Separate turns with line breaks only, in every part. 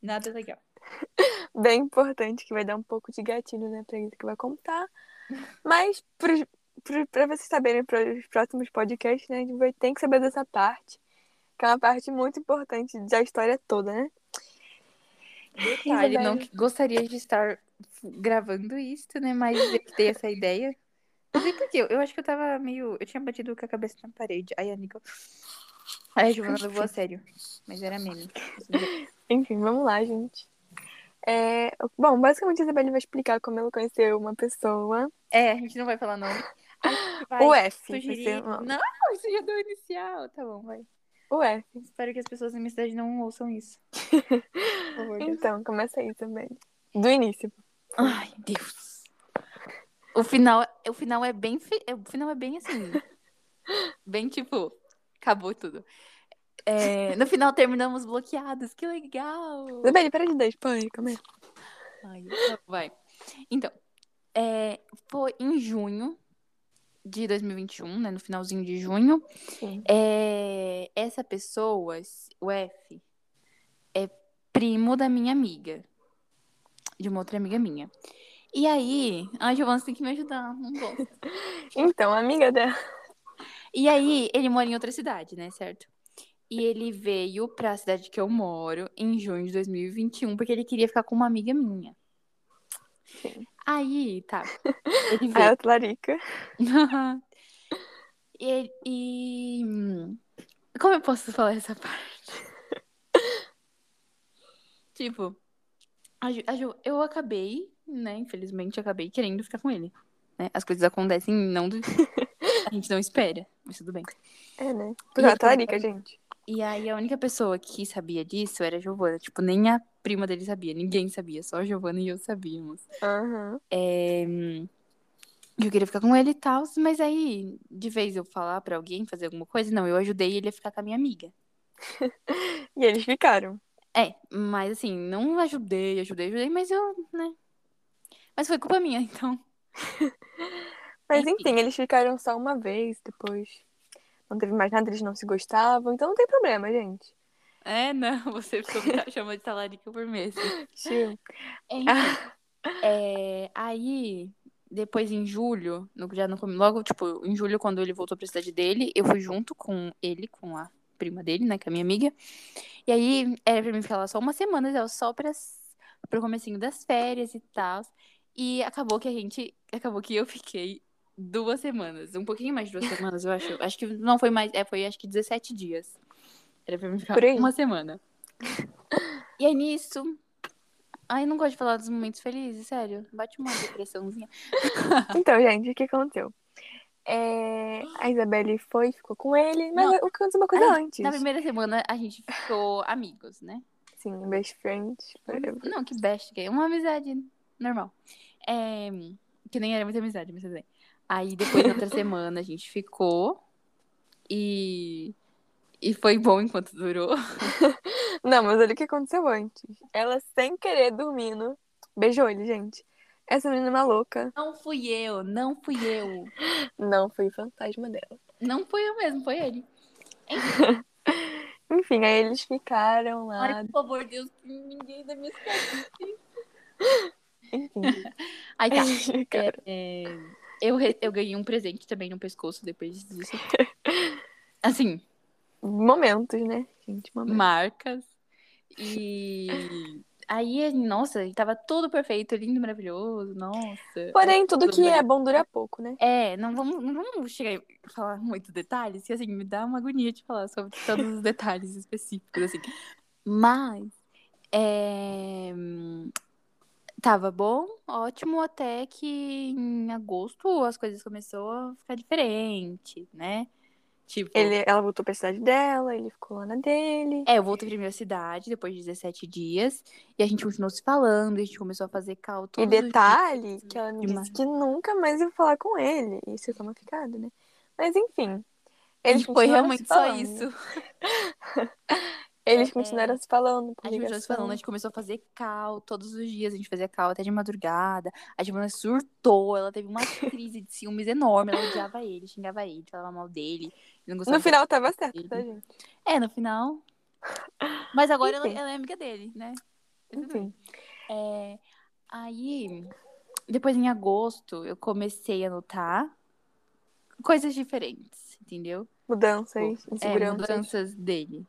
Nada legal.
Bem importante, que vai dar um pouco de gatilho, né, pra ele que vai contar. Mas, pros, pro, pra vocês saberem pros próximos podcasts, né, a gente vai ter que saber dessa parte, que é uma parte muito importante da história toda, né?
Detalhe, não que gostaria de estar gravando isso, né? Mas eu que dei essa ideia. Não sei porquê. Eu acho que eu tava meio. Eu tinha batido com a cabeça na parede. Aí a Nico. Aí a Giovana levou a sério. Mas era meme.
Enfim, vamos lá, gente. É, Bom, basicamente a Isabelle vai explicar como ela conheceu uma pessoa.
É, a gente não vai falar nome. A gente vai
O F. vai ser
Sugerir... um
o nome.
Não, isso já deu inicial. Tá bom, vai.
O F.
Espero que as pessoas da minha cidade não ouçam isso. Por favor, Deus.
Então, começa aí também. Do início.
Ai, Deus. O final, o final é bem, fe- é- o final é bem assim, bem tipo, acabou tudo. É, no final terminamos bloqueados, que legal.
Isabelle, para de dar spoiler, calma aí.
Ai, então vai. Então, é, foi em junho de 2021, né, no finalzinho de junho.
Sim.
É, essa pessoa, o F, é primo da minha amiga. De uma outra amiga minha. E aí. Ai, Giovana, você tem que me ajudar. um Não vou.
Então, a amiga dela.
E aí, ele mora em outra cidade, né, certo? E ele veio pra cidade que eu moro em junho de 2021, porque ele queria ficar com uma amiga minha.
Sim.
Aí, tá. Ele
A
veio.
Atlarica.
e, ele- e. hum, Como eu posso falar essa parte? tipo, a Ju- a Ju- eu acabei, né? Infelizmente, acabei querendo ficar com ele. né? As coisas acontecem, não do... a gente não espera, mas tudo bem.
É, né?
E
Por a
ele
Atlarica,
também.
gente.
E aí a única pessoa que sabia disso era a Giovana. Tipo, nem a prima dele sabia, ninguém sabia, só a Giovana e eu sabíamos.
Aham.
É, hum, Eu queria ficar com ele e tal, mas aí, de vez eu falar pra alguém fazer alguma coisa, não, eu ajudei ele a ficar com a minha amiga.
E eles ficaram.
É, mas assim, não ajudei, ajudei, ajudei, mas eu, né? Mas foi culpa minha, então.
Mas
Enfim.
enfim, eles ficaram só uma vez, depois não teve mais nada, eles não se gostavam, então não tem problema, gente.
É, não, você só me chama de talarica por mês.
Chill.
Enfim, é, aí, depois em julho, no- já no, come- logo, tipo, em julho, quando ele voltou pra cidade dele, eu fui junto com ele, com a prima dele, né, com a minha amiga. E aí, era pra mim ficar lá só uma semana, né, só pras, pro comecinho das férias e tal. E acabou que a gente, acabou que eu fiquei duas semanas, um pouquinho mais de duas semanas, eu acho. Acho que não foi mais, é, foi acho que 17 dias. Era pra mim ficar
Por aí.
uma semana. E aí, nisso, Ai, não gosto de falar dos momentos felizes, sério. Bate uma depressãozinha.
Então, gente, o que aconteceu? É, A Isabelle foi, ficou com ele, mas
Não.
o que aconteceu uma coisa
Ah,
antes.
Na primeira semana a gente ficou amigos, né?
Sim, um best friends. forever.
Não, que best, que é uma amizade normal. É, que nem era muita amizade, mas tudo bem. Aí depois na outra semana a gente ficou e e foi bom enquanto durou.
Não, mas olha o que aconteceu antes. Ela, sem querer, dormindo, beijou ele, gente. Essa menina é uma louca.
Não fui eu, não fui eu.
Não, foi o fantasma dela.
Não fui eu mesmo, foi ele.
Enfim, aí eles ficaram lá.
Ai, Ah, por favor, Deus, que ninguém da minha cidade.
Enfim,
Aí tá.
eles ficaram.
É, eu, re- eu ganhei um presente também no pescoço depois disso. Assim,
Momentos, né, gente? Momentos.
marcas. E aí, nossa, e tava tudo perfeito, lindo, maravilhoso, nossa.
Porém, tudo que
bem.
é bom dura pouco, né?
É, não vamos, não vamos chegar a falar muito detalhes, que assim, me dá uma agonia de falar sobre todos os detalhes específicos, assim. Mas, é, hum, tava bom, ótimo, até que em agosto as coisas começaram a ficar diferente, né? Tipo,
Ele, ela voltou pra cidade dela, ele ficou lá na dele.
é, eu voltei pra minha cidade depois de 17 dias, e a gente continuou se falando, a gente começou a fazer cal
E
todos os
detalhe que ela me
Demais.
disse que nunca mais ia falar com ele. Isso toma ficado, né? Mas enfim.
dias.
Eles
E foi
continuaram
realmente
se
só
falando.
isso. É,
Eles continuaram se falando por
A gente continuou se
ligação.
falando, tipo, a gente começou a fazer cal todos os dias, a gente fazia cal até de madrugada. A Giovana surtou, ela teve uma crise de ciúmes enorme, ela odiava ele, xingava ele, falava mal dele, não gostava
No final
Uhum.
tava certo, tá, gente?
É, no final. Mas agora ela,
Enfim.
ela é amiga dele, né?
Enfim.
É, aí, depois em agosto, eu comecei a notar coisas diferentes, entendeu?
Mudanças,
é,
inseguranças.
mudanças dele.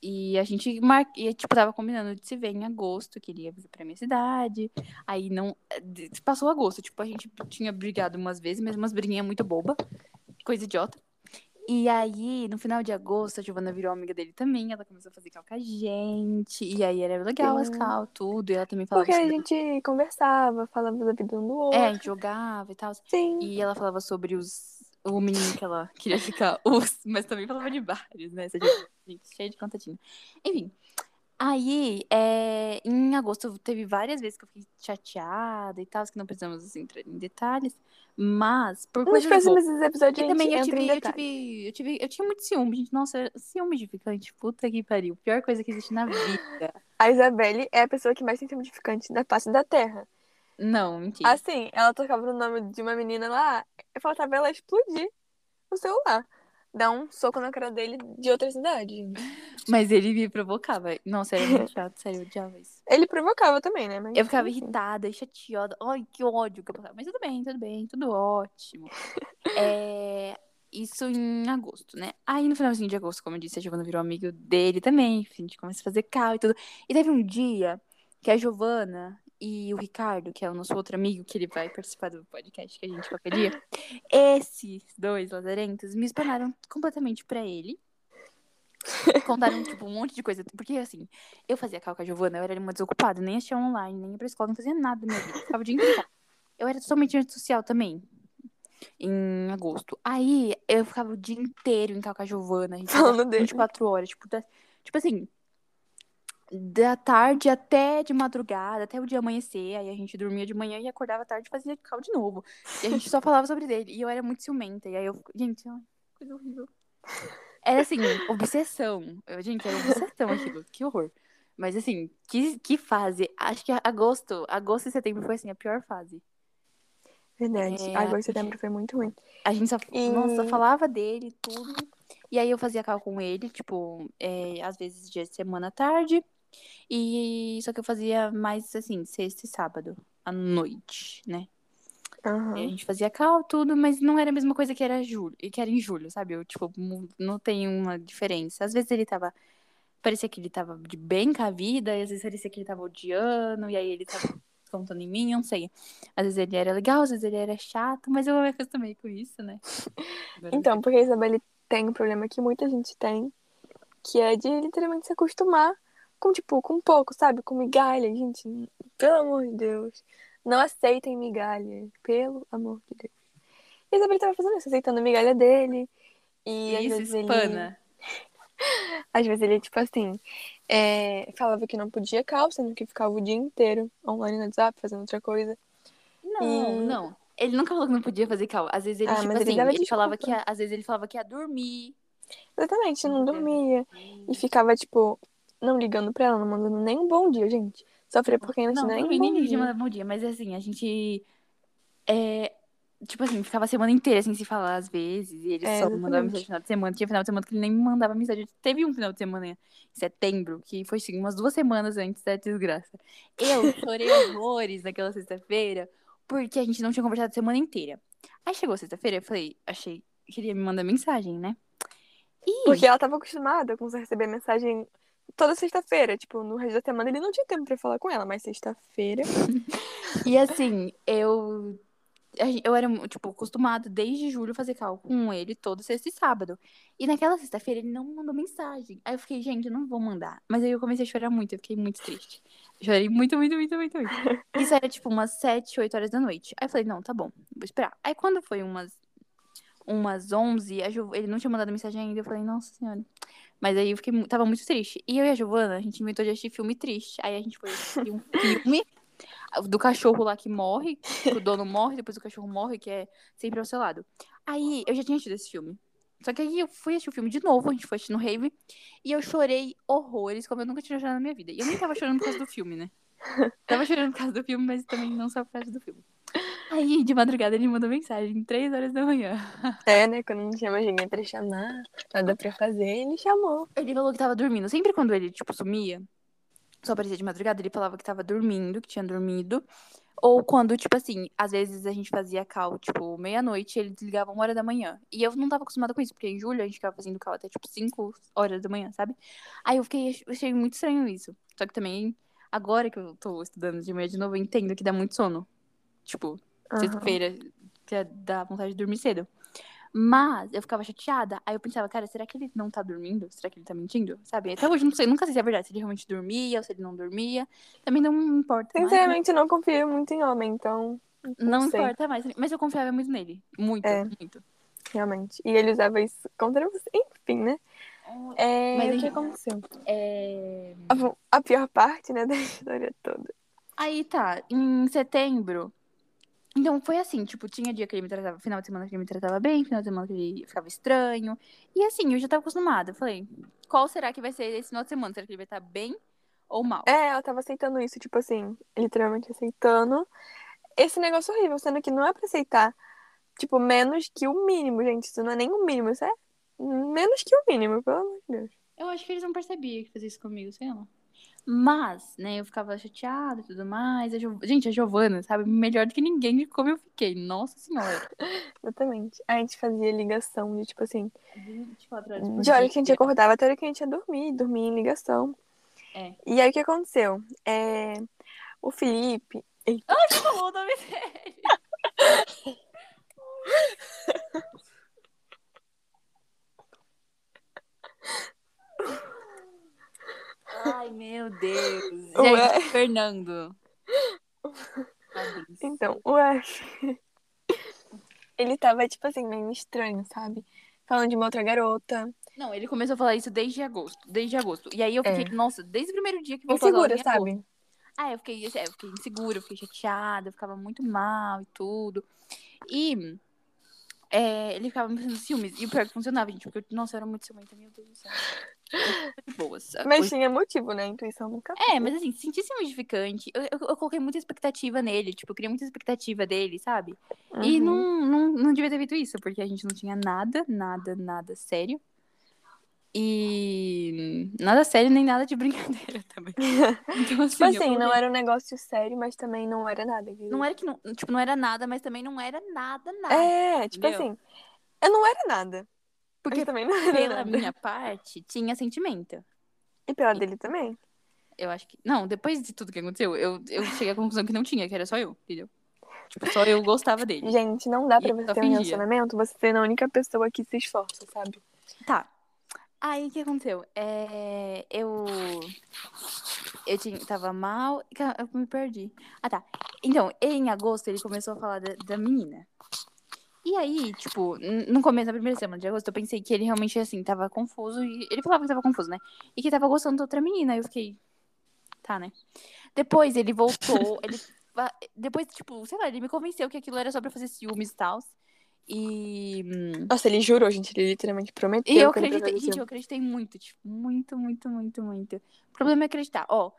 E a gente mar... e, tipo, tava combinando de se ver em agosto, que ele ia vir pra minha cidade. Aí não. de- Passou agosto, tipo, a gente tinha brigado umas vezes, mas umas briguinhas muito boba, coisa idiota. E aí, no final de agosto, a Giovana virou amiga dele também. Ela começou a fazer cal com a gente. E aí era legal as
Sim.
cal, tudo. E ela também falava
Porque a
sobre-
gente conversava, falava da vida um do outro.
É, a gente jogava e tal.
Sim.
E ela falava sobre os. O menino que ela queria ficar, os, mas também falava de vários, né? Essa gente cheia de contatinho. Enfim. Aí, é, em agosto, teve várias vezes que eu fiquei chateada e tal, que não precisamos assim, entrar em detalhes. Mas, por
Nos
coisa de roupa-
próximos episódios a
e
gente
também eu
entra
tive,
em
eu
detalhe.
tive, eu tive, eu tinha muito ciúme, gente. Nossa, ciúme de ficante, puta que pariu. Pior coisa que existe na vida.
A Isabelle é a pessoa que mais tem significante da face da Terra.
Não, mentira.
Assim, ela tocava no nome de uma menina lá, faltava ela explodir o celular. Dar um soco na cara dele de outra cidade.
Mas ele me provocava. Nossa, era muito chato, sério, eu odiava isso.
Ele provocava também, né? Mas,
Eu ficava
enfim.
irritada, chateada. Ai, que ódio que eu passava. Mas tudo bem, tudo bem, tudo ótimo. É, Isso em agosto, né? Aí no finalzinho de agosto, como eu disse, a Giovana virou amigo dele também. Enfim, a gente começa a fazer cal e tudo. E teve um dia que a Giovana e o Ricardo, que é o nosso outro amigo, que ele vai participar do podcast que a gente qualquer dia, esses dois lazarentos me espanaram completamente pra ele. Contaram, tipo, um monte de coisa. Porque, assim, eu fazia calca Giovana, eu era uma desocupada, nem assistia online, nem ia pra escola, não fazia nada da minha vida. Ficava o dia inteiro em casa. Eu era totalmente antissocial também, em agosto. Aí eu ficava o dia inteiro em calca Giovana, a gente ficava
Falando dele.
24 horas, tipo, da- tipo assim, da tarde até de madrugada, até o dia amanhecer, aí a gente dormia de manhã e acordava à tarde e fazia cal de novo. E a gente só falava sobre dele, e eu era muito ciumenta, e aí eu, fico- gente, ai, coisa horrível. Era assim, obsessão. Eu, gente, era obsessão aquilo, que horror. Mas assim, que, que fase? Acho que agosto, agosto e setembro foi assim, a pior fase.
Verdade.
É,
Agosto e setembro foi muito ruim.
A gente só,
E-
nossa, falava dele tudo. E aí eu fazia cal com ele, tipo, é, às vezes dia de semana à tarde. E só que eu fazia mais assim, sexta e sábado, à noite, né?
Aham.
A gente fazia cal, tudo, mas não era a mesma coisa que era julho, e que era em julho, sabe? Eu, tipo, mu- não tem uma diferença. Às vezes ele tava. Parecia que ele tava de bem com a vida, e às vezes parecia que ele tava odiando, e aí ele tava contando em mim, eu não sei. Às vezes ele era legal, às vezes ele era chato, mas eu me acostumei com isso, né? Agora-
Então, porque a Isabelle tem um problema que muita gente tem, que é de literalmente se acostumar com, tipo, com pouco, sabe? Com migalha, gente. Pelo amor de Deus. Não aceitem migalha. Pelo amor de Deus. E a Isabelle tava fazendo isso, aceitando a migalha dele. E, às
Isso,
vezes ele-
espana.
Às vezes ele, tipo assim, é, falava que não podia calça, sendo que ficava o dia inteiro online no WhatsApp, fazendo outra coisa.
Não,
E-
não. Ele nunca falou que não podia fazer cal. Às vezes ele,
Ah,
tipo
mas ele
assim,
dava
ele, falava que
desculpa.
ia, às vezes ele falava que ia dormir.
Exatamente,
Uhum.
não dormia. E ficava, tipo, não ligando pra ela, não mandando nem um bom dia, gente. Sofria porque não
Não,
tinha nem
não
um
vi nem
bom
ninguém de
dia.
mandar bom dia, mas assim, a gente. É, tipo assim, ficava a semana inteira sem se falar às vezes, e ele
É,
só me mandava
exatamente.
mensagem no final de semana. Tinha final de semana que ele nem me mandava mensagem. Teve um final de semana em setembro, que foi assim, umas duas semanas antes da desgraça. Eu chorei horrores naquela sexta-feira, porque a gente não tinha conversado a semana inteira. Aí chegou sexta-feira, eu falei, achei, queria me mandar mensagem, né? E
Porque ela tava acostumada com receber mensagem toda sexta-feira. Tipo, no resto da semana ele não tinha tempo pra falar com ela, mas sexta-feira.
E assim, eu. a gen- Eu era, tipo, acostumado desde julho fazer cal com ele todo sexta e sábado. E naquela sexta-feira ele não me mandou mensagem. Aí eu fiquei, gente, eu não vou mandar. Mas aí eu comecei a chorar muito, eu fiquei muito triste. Chorei muito, muito, muito, muito, muito. Isso era tipo umas 7, 8 horas da noite. Aí eu falei, não, tá bom, vou esperar. Aí quando foi umas, umas 11, a Giov- ele não tinha mandado mensagem ainda. Eu falei, nossa senhora. Mas aí eu fiquei, mu- tava muito triste. E eu e a Giovana, a gente inventou de assistir filme triste. Aí a gente foi assistir um filme do cachorro lá que morre, que o dono morre, depois o cachorro morre, que é sempre ao seu lado. Aí eu já tinha assistido esse filme. Só que aí eu fui assistir o filme de novo, a gente foi assistir no Rave, e eu chorei horrores, como eu nunca tinha chorado na minha vida. E eu nem tava chorando por causa do filme, né? Tava chorando por causa do filme, mas também não só por causa do filme. Aí, de madrugada, ele mandou mensagem, três horas da manhã.
É, né? Quando não tinha mais ninguém pra chamar, nada pra fazer, ele chamou.
Ele falou que tava dormindo. Sempre quando ele, tipo, sumia, só aparecia de madrugada, ele falava que tava dormindo, que tinha dormido. Ou quando, tipo assim, às vezes a gente fazia cal, tipo, meia-noite, e ele desligava uma hora da manhã. E eu não tava acostumada com isso, porque em julho a gente ficava fazendo cal até, tipo, cinco horas da manhã, sabe? Aí eu fiquei, achei muito estranho isso. Só que também, agora que eu tô estudando de manhã de novo, eu entendo que dá muito sono. Tipo,
Aham.
sexta-feira, que dá vontade de dormir cedo. Mas eu ficava chateada. Aí eu pensava, cara, será que ele não tá dormindo? Será que ele tá mentindo? Sabe? Até hoje eu não sei, nunca sei se é verdade, se ele realmente dormia ou se ele não dormia. Também não importa. mais, né?
Sinceramente, não confio muito em homem, então,
Não
é, sei.
importa mais. Mas eu confiava muito nele. Muito,
É.
muito.
realmente. E ele usava isso contra você. Enfim, né? É,
Mas
o que
enfim.
aconteceu?
É,
Ah, bom, A pior parte, né, da história toda.
Aí tá, em setembro. Então foi assim, tipo, tinha dia que ele me tratava, final de semana que ele me tratava bem, final de semana que ele ficava estranho. E assim, eu já tava acostumada. Eu Falei, qual será que vai ser esse final de semana? Será que ele vai estar bem ou mal?
É, ela tava aceitando isso, tipo assim, literalmente aceitando esse negócio horrível, sendo que não é pra aceitar, tipo, menos que o mínimo, gente. Isso não é nem o mínimo, isso é menos que o mínimo, pelo amor de Deus.
Eu acho que eles não percebiam que fazia isso comigo, sei lá. Mas, né, eu ficava chateada e tudo mais. A Jo- Gente, a Giovana, sabe, melhor do que ninguém de como eu fiquei. Nossa senhora.
Exatamente. A gente fazia ligação de, tipo assim,
24 horas por
Tipo, de hora que a Hum. gente
dia.
acordava até a hora que a gente ia dormir, dormir em ligação.
É.
E aí o que aconteceu? É, o Felipe, ele
Falou o nome dele. Ai, meu Deus.
Ué.
Gente, Fernando. Parabéns.
Então, o Ash. ele tava, tipo assim, meio estranho, sabe? Falando de uma outra garota.
Não, ele começou a falar isso desde agosto. Desde agosto. E aí eu fiquei, nossa, desde o primeiro dia que voltou
É. Insegura,
agora, em agosto.
sabe?
Ah, eu fiquei, é, eu fiquei insegura, eu fiquei chateada, eu ficava muito mal e tudo. E é, ele ficava me fazendo ciúmes. E o pior é que funcionava, gente, porque eu, nossa, eu era muito ciumenta, meu Deus do céu. De boas.
Mas tinha motivo, né? A intuição nunca.
Tá, É, mas assim, senti se modificante. Eu, eu, eu coloquei muita expectativa nele, tipo, eu criei muita expectativa dele, sabe? E
Uhum.
não, não, não devia ter feito isso, porque a gente não tinha nada, nada, nada sério. E nada sério, nem nada de brincadeira também. Então, assim,
Tipo
eu
assim, não
coloquei-
era um negócio sério, mas também não era nada. entendeu?
não era que não, tipo, não era nada, mas também não era nada, nada.
É, tipo
entendeu?
assim. Eu não era nada.
Porque
Porque também não era
Pela
nada.
minha parte, tinha sentimento.
E pela dele também.
Eu acho que. Não, depois de tudo que aconteceu, eu, eu cheguei à conclusão que não tinha, que era só eu, entendeu? Tipo, só eu gostava dele.
Gente, não dá pra
E
você
só
ter um
fingia.
relacionamento você sendo a única pessoa que se esforça, sabe?
Tá. Aí o que aconteceu? É, eu. Eu tinha, tava mal. Ca- Eu me perdi. Ah, tá. Então, em agosto ele começou a falar da, da menina. E aí, tipo, n- no começo da primeira semana de agosto, eu pensei que ele realmente, assim, tava confuso. E ele falava que tava confuso, né? E que tava gostando de outra menina. Aí eu fiquei. Tá, né? Depois ele voltou. ele fa- Depois, tipo, sei lá, ele me convenceu que aquilo era só pra fazer ciúmes e tal. E.
Nossa, ele jurou, gente. Ele literalmente prometeu.
Uhum. E eu
que ele ia fazer
acreditei,
isso.
gente, eu acreditei muito, tipo, muito, muito, muito, muito. O problema é acreditar. Ó,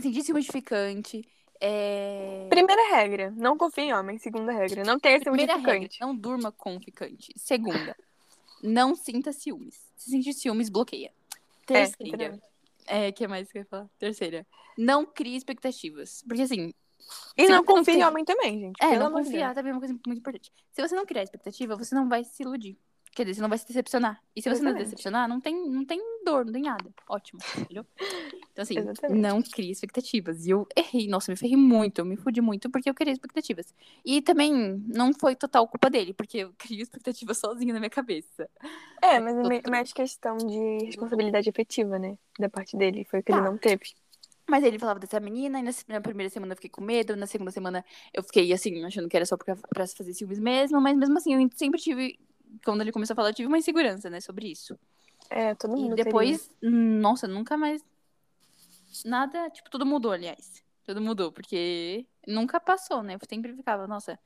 senti-se modificante. É...
Primeira regra, não confie em homem. Segunda regra, não tenha esse
Primeira regra,
modificante.
não durma com o ficante. Segunda, não sinta ciúmes. Se sentir ciúmes, bloqueia. Terceira,
literalmente.
é, que mais que eu ia falar? Terceira, não crie expectativas. Porque assim, Se
E não
você não
confie em
tem-
homem também, gente.
é,
pelo
não
amor de
confiar também é uma coisa muito importante. Se você não criar expectativa, você não vai se iludir. Quer dizer, você não vai se decepcionar. E se você não se
Exatamente.
decepcionar, não tem, não tem dor, não tem nada. Ótimo, entendeu? Então, assim,
Exatamente.
não crie expectativas. E eu errei, nossa, me ferrei muito, eu me fudi muito porque eu criei expectativas. E também não foi total culpa dele, porque eu criei expectativas sozinha na minha cabeça.
Deus. É, mas é me- mais questão de responsabilidade afetiva, né? Da parte dele. Foi o que ele
Tá.
não teve.
Mas ele falava dessa menina, e na se- na primeira semana eu fiquei com medo, na segunda semana eu fiquei assim, achando que era só pra, pra se fazer ciúmes mesmo, mas mesmo assim, eu sempre tive, quando ele começou a falar, eu tive uma insegurança, né, sobre isso.
É, todo mundo.
E
teria.
depois, nossa, nunca mais. Nada, tipo, tudo mudou, aliás. Tudo mudou, porque nunca passou, né? Eu sempre ficava, nossa.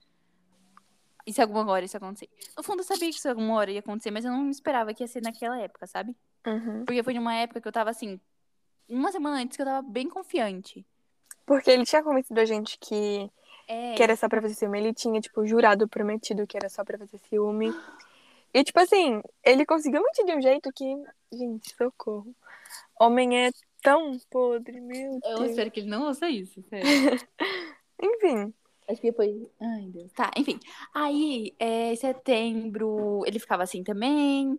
E se alguma hora isso acontecer? No fundo, eu sabia que isso alguma hora ia acontecer, mas eu não esperava que ia ser naquela época, sabe?
Uhum.
Porque foi numa época que eu tava assim. Uma semana antes que eu tava bem confiante.
Porque ele tinha convencido a gente que,
É,
que era só pra fazer ciúme. Ele tinha, tipo, jurado, prometido que era só pra fazer ciúme. E, tipo assim, ele conseguiu mentir de um jeito que. Gente, socorro. Homem é tão podre, meu
Eu
Deus.
espero que ele não ouça isso, sério.
Enfim,
Acho que depois. Ai, Deus. Tá, enfim. Aí, é, em setembro, ele ficava assim também.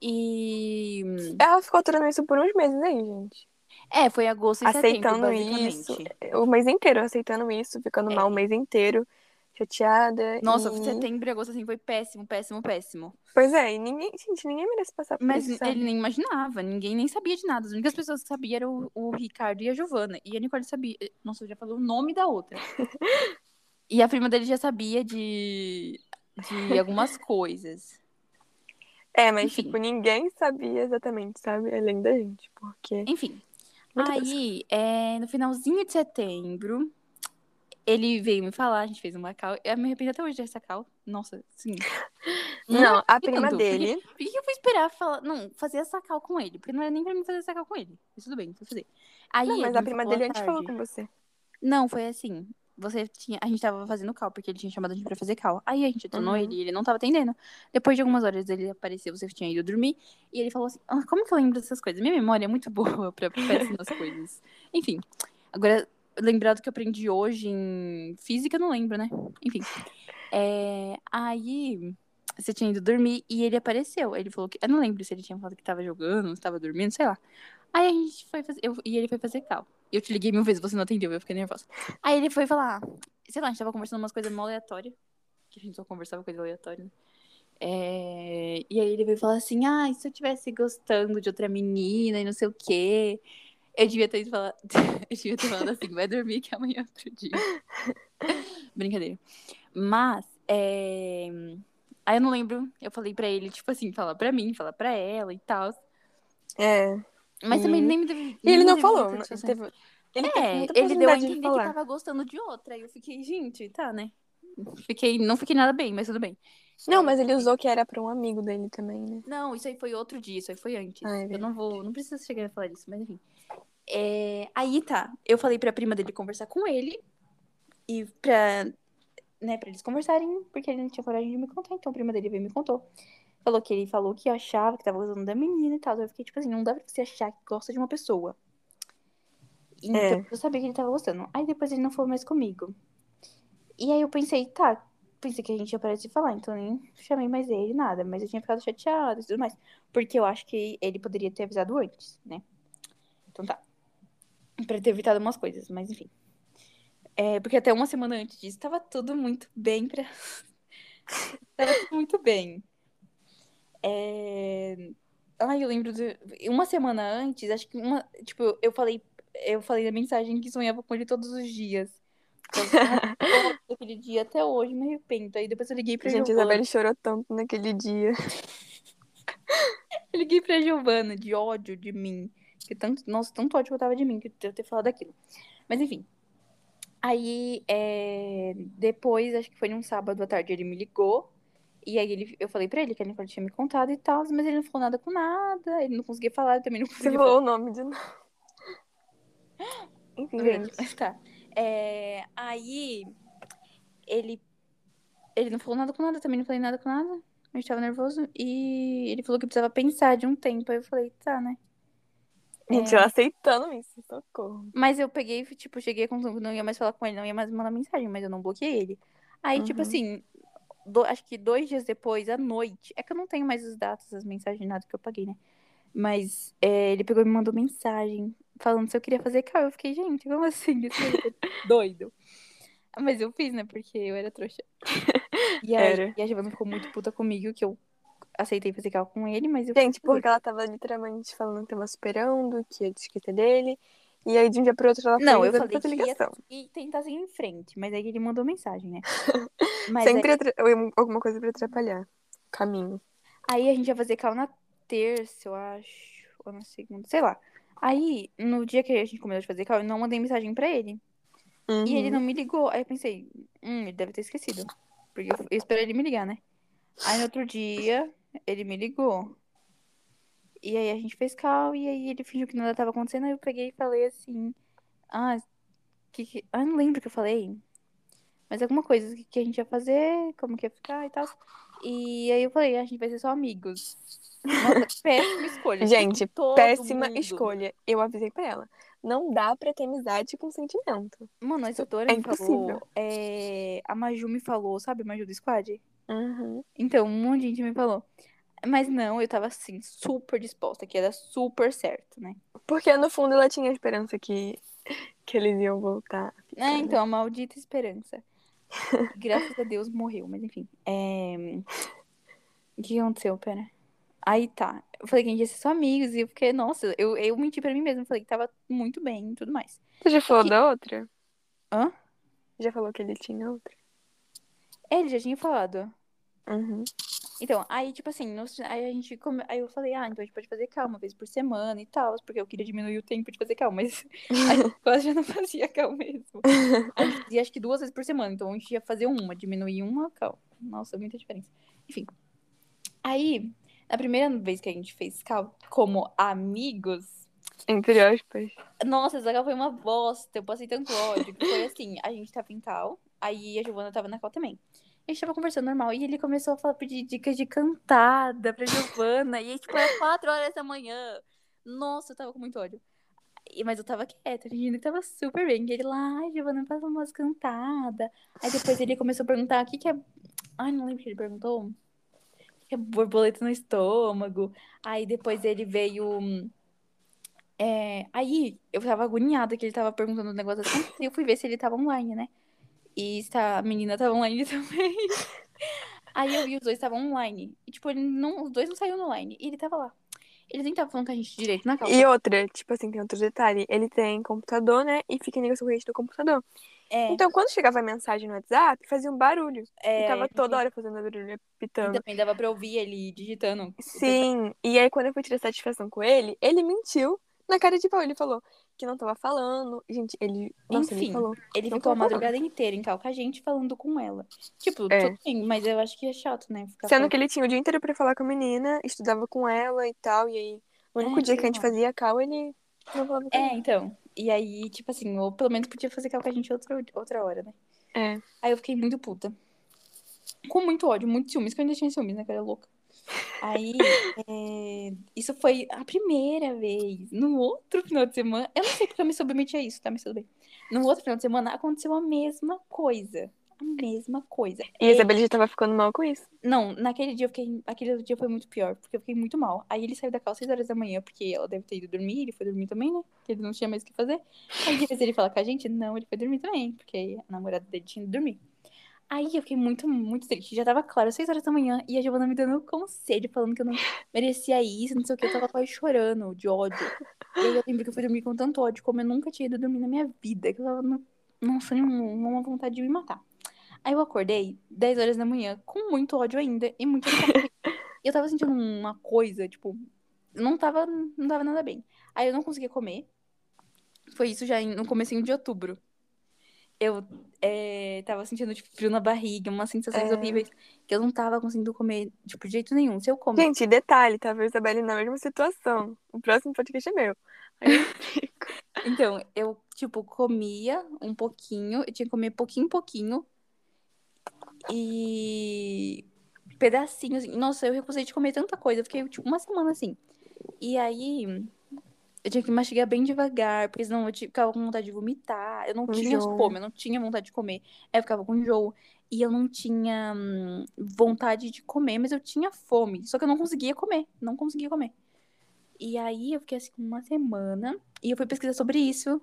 E.
ela ficou aturando isso por uns meses aí, gente.
É, foi agosto e
Aceitando
setembro, basicamente.
isso. O mês inteiro aceitando isso, ficando mal o mês inteiro, chateada.
É. Nossa,
e...
setembro e agosto assim foi péssimo, péssimo, péssimo.
Pois é, e ninguém, gente, ninguém merece passar por
Mas
isso. sabe?
ele nem imaginava, ninguém nem sabia de nada. As únicas pessoas que sabiam eram o, o Ricardo e a Giovana. E a Nicole sabia. Nossa, eu já falei o nome da outra. e a prima dele já sabia de, de algumas coisas.
É, mas,
Enfim.
tipo, ninguém sabia exatamente, sabe? Além da gente, porque.
Enfim.
Muita
aí, é, no finalzinho de setembro, ele veio me falar, a gente fez uma cal. Eu me arrependo até hoje dessa cal. Nossa, sim.
Não, a
e
prima
tanto,
dele.
Por que, que eu fui esperar falar, não, fazer essa cal com ele? Porque não era nem pra mim fazer essa cal com ele. Mas tudo bem, vou fazer. Aí,
Não,
ele
mas a
me
prima
falou à
dele antes falou
tarde-
com você.
Não, foi assim. Você tinha, a gente tava fazendo cal, porque ele tinha chamado a gente pra fazer cal. Aí a gente atonou
Uhum.
ele e ele não tava atendendo. Depois de algumas horas ele apareceu, você tinha ido dormir. E ele falou assim: ah, Como que eu lembro dessas coisas? Minha memória é muito boa pra péssimas coisas. Enfim, agora, lembrar do que eu aprendi hoje em física, eu não lembro, né? Enfim. É, aí você tinha ido dormir e ele apareceu. Ele falou que. Eu não lembro se ele tinha falado que tava jogando, se tava dormindo, sei lá. Aí a gente foi fazer. eu- e ele foi fazer cal. Eu te liguei mil vezes, você não atendeu, eu fiquei nervosa. Aí ele foi falar, sei lá, a gente tava conversando umas coisas mó aleatórias. Que a gente só conversava coisa aleatória, né? É, E aí ele veio falar assim, ah, e se eu tivesse gostando de outra menina e não sei o quê. Eu devia ter falado, eu devia ter falado assim, vai dormir que amanhã é outro dia. Brincadeira. Mas, é... aí eu não lembro, eu falei pra ele, tipo assim, falar pra mim, falar pra ela e tal.
É.
Mas também
Hum.
nem me teve.
E
nem
ele não
me teve
falou.
muita
né?
satisfação.
Teve... Ele teve
É,
muita
ele deu a
oportunidade de
entender que
falar.
tava gostando de outra. E eu fiquei, gente, tá, né? Fiquei, não fiquei nada bem, mas tudo bem.
Não, mas ele usou que era pra um amigo dele também, né?
Não, isso aí foi outro dia, isso aí foi antes.
Ah, é
eu não vou, não preciso chegar a falar disso, mas enfim. É, aí tá, eu falei pra prima dele conversar com ele. E pra, né, pra eles conversarem, porque ele não tinha coragem de me contar. Então a prima dele veio e me contou. Falou que ele falou que achava que tava gostando da menina e tal. Eu fiquei tipo assim, não dá pra você achar que gosta de uma pessoa. Então,
É.
eu sabia que ele tava gostando. Aí depois ele não falou mais comigo. E aí eu pensei, tá, pensei que a gente ia parar de se falar, então nem chamei mais ele, nada. Mas eu tinha ficado chateada e tudo mais. Porque eu acho que ele poderia ter avisado antes, né? Então tá. Pra ter evitado umas coisas, mas enfim. É, porque até uma semana antes disso tava tudo muito bem pra. tava tudo muito bem. É... Ai, eu lembro de. Uma semana antes, acho que uma. Tipo, eu falei. Eu falei da mensagem que sonhava com ele todos os dias. Então, eu- Aquele dia até hoje, me arrependo. Aí depois eu liguei pra um
Gente, a
Giovana.
Isabelle chorou tanto naquele dia.
Eu liguei pra Giovana de ódio de mim. Que tanto, nossa, tanto ódio que eu tava de mim que eu ter falado aquilo. Mas enfim. Aí é, depois, acho que foi num sábado à tarde, ele me ligou. E aí ele, eu falei pra ele que a Nicole tinha me contado e tal, mas ele não falou nada com nada, ele não conseguia falar, eu também não
Você
conseguia falar.
falou o nome de novo. Enfim,
Grande,
gente.
mas tá. É, aí ele ele não falou nada com nada, eu também não falei nada com nada. A gente tava nervoso e ele falou que precisava pensar de um tempo. Aí eu falei, tá, né?
Gente,
é.
eu aceitando isso, socorro.
Mas eu peguei, tipo, cheguei à conclusão que não ia mais falar com ele, não ia mais mandar mensagem, mas eu não bloqueei ele. Aí, tipo
Uhum.
assim, do- acho que dois dias depois, à noite, é que eu não tenho mais as datas, as mensagens, nada que eu paguei, né? Mas é, ele pegou e me mandou mensagem falando se eu queria fazer cal. Eu fiquei, gente, como assim? Esse maluco é doido. Mas eu fiz, né? Porque eu era trouxa. E, aí,
Era.
e a Giovana ficou muito puta comigo que eu aceitei fazer cal com ele, mas eu.
Gente, porque ela tava literalmente falando que tava superando, que ia desquitar dele. E aí de um dia pro outro ela
Não,
foi
eu
resolver
falei
fazer
que ia-
ligação.
E tentar seguir em frente, mas aí ele mandou mensagem, né? Mas é aí-
Sempre atra- alguma coisa pra atrapalhar. o Caminho.
Aí a gente ia fazer cal na terça, eu acho. Ou na segunda, sei lá. Aí, no dia que a gente começou de fazer cal, eu não mandei mensagem pra ele. E
Uhum.
ele não me ligou. Aí eu pensei, hum, ele deve ter esquecido. Porque eu, eu esperei ele me ligar, né? Aí no outro dia, ele me ligou. E aí a gente fez cal, e aí ele fingiu que nada tava acontecendo. Aí eu peguei e falei assim, ah, que que... ah não lembro o que eu falei. Mas alguma coisa que, que a gente ia fazer, como que ia ficar e tal. E aí eu falei, a gente vai ser só amigos. Nossa, péssima escolha. assim,
Gente,
Todo
péssima
mundo.
escolha. Eu avisei pra ela. Não dá pra ter amizade com sentimento.
Mano, a instrutora
É
me
impossível.
falou. é, A Maju me falou, sabe, a Maju do Squad?
Uhum.
Então, um monte de gente me falou. Mas não, eu tava assim, super disposta, que ia dar super certo, né?
Porque no fundo ela tinha a esperança que, que eles iam voltar. a ficar,
É,
né?
então, a maldita esperança. Graças a Deus morreu, mas enfim. É, O que aconteceu? Pera. Aí tá. Eu falei que a gente ia ser só amigos e eu fiquei, nossa, eu, eu menti pra mim mesma. Eu Falei que tava muito bem e tudo mais.
Você já falou
que-
da outra?
Hã?
Já falou que ele tinha outra?
É, Ele já tinha falado.
Uhum.
Então, aí, tipo assim, nos- aí a gente. come- Aí eu falei, ah, então a gente pode fazer cal uma vez por semana e tal, porque eu queria diminuir o tempo de fazer cal, mas a gente quase já não fazia cal mesmo. A gente fazia acho que duas vezes por semana, então a gente ia fazer uma, diminuir uma cal. Nossa, muita diferença. Enfim. Aí, na primeira vez que a gente fez cal como amigos,
Entre aspas.
Nossa, essa cal foi uma bosta. Eu passei tanto ódio. que Foi assim, a gente tava em cal, aí a Giovana tava na cal também. A gente tava conversando normal e ele começou a falar, pedir dicas de cantada pra Giovana. E aí, tipo, era quatro horas da manhã. Nossa, eu tava com muito ódio. E- Mas eu tava quieta, fingindo que tava super bem. E ele lá, ai, Giovana, faz umas cantadas. Aí depois ele começou a perguntar o que que é. Ai, não lembro o que ele perguntou. O que que é borboleta no estômago? Aí depois ele veio. hum, é, Aí eu tava agoniada que ele tava perguntando um negócio assim. E eu fui ver se ele tava online, né? E se a menina tava online também. Aí eu vi os dois estavam online. E tipo, ele não... os dois não saíram online. E ele tava lá. Eles nem estavam falando com a gente direito na calça.
E outra, tipo assim, tem outro detalhe. Ele tem computador, né? E fica em ligação com o rede do computador.
É,
Então, quando chegava a mensagem no WhatsApp, fazia um barulho.
é, Então,
e tava
aí
toda hora fazendo barulho, né?
E
pitando.
também dava pra ouvir ele digitando.
Sim. E aí, quando eu fui tirar satisfação com ele, ele mentiu na cara de pau. Ele falou que não tava falando. Gente, ele. Nossa, ele
Enfim.
falou.
Ele ficou
Não
a
tava falando.
madrugada inteira em cal com a gente falando com ela. Tipo,
É.
tudo bem, mas eu acho que é chato, né? Ficar
Sendo
falando-
que ele tinha o dia inteiro pra falar com a menina, estudava com ela e tal. E aí, o único
É,
dia que a gente
sei lá.
fazia cal, ele não falava com
É, então. E aí, tipo assim, ou pelo menos podia fazer cal com a gente outra, outra hora, né?
É.
Aí eu fiquei muito puta. Com muito ódio, muito ciúmes, que eu ainda tinha ciúmes, né? Que eu era louca. Aí, é, isso foi a primeira vez. No outro final de semana, eu não sei porque eu me submeti a isso, tá? Mas tudo bem. No outro final de semana aconteceu a mesma coisa. A mesma coisa.
E a Isabela já tava ficando mal com isso.
Não, naquele dia eu fiquei. Aquele dia foi muito pior, porque eu fiquei muito mal. Aí ele saiu da calça às 6 horas da manhã, porque ela deve ter ido dormir, ele foi dormir também, né? Porque ele não tinha mais o que fazer. Aí depois ele fala com a gente, não, ele foi dormir também, porque a namorada dele tinha ido dormir. Aí eu fiquei muito, muito triste. Já tava claro, às 6 horas da manhã, e a Giovana me dando conselho, falando que eu não merecia isso, não sei o que, eu tava quase chorando de ódio. E aí eu lembro que eu fui dormir com tanto ódio, como eu nunca tinha ido dormir na minha vida, que eu tava no, nossa, num- uma vontade de me matar. Aí eu acordei 10 horas da manhã com muito ódio ainda e muito ansiedade. eu tava sentindo uma coisa, tipo, não tava, não tava nada bem. Aí eu não conseguia comer. Foi isso já em- no comecinho de outubro. Eu eh, tava sentindo, tipo, frio na barriga, umas sensações
É.
horríveis. Que eu não tava conseguindo comer, tipo, de jeito nenhum. Se eu comer,
Gente, detalhe, tava eu e a Isabela na mesma situação. O próximo podcast é meu.
Então, eu, tipo, comia um pouquinho, eu tinha que comer pouquinho, pouquinho. E pedacinhos. assim, Nossa, eu recusei de comer tanta coisa. Eu fiquei, tipo, uma semana assim. E aí, eu tinha que mastigar bem devagar, porque senão eu ti- ficava com vontade de vomitar. Eu não tinha
Enjoo.
fome, eu não tinha vontade de comer. Aí eu ficava com enjoo. E eu não tinha hum, vontade de comer, mas eu tinha fome. Só que eu não conseguia comer. Não conseguia comer. E aí eu fiquei assim uma semana e eu fui pesquisar sobre isso.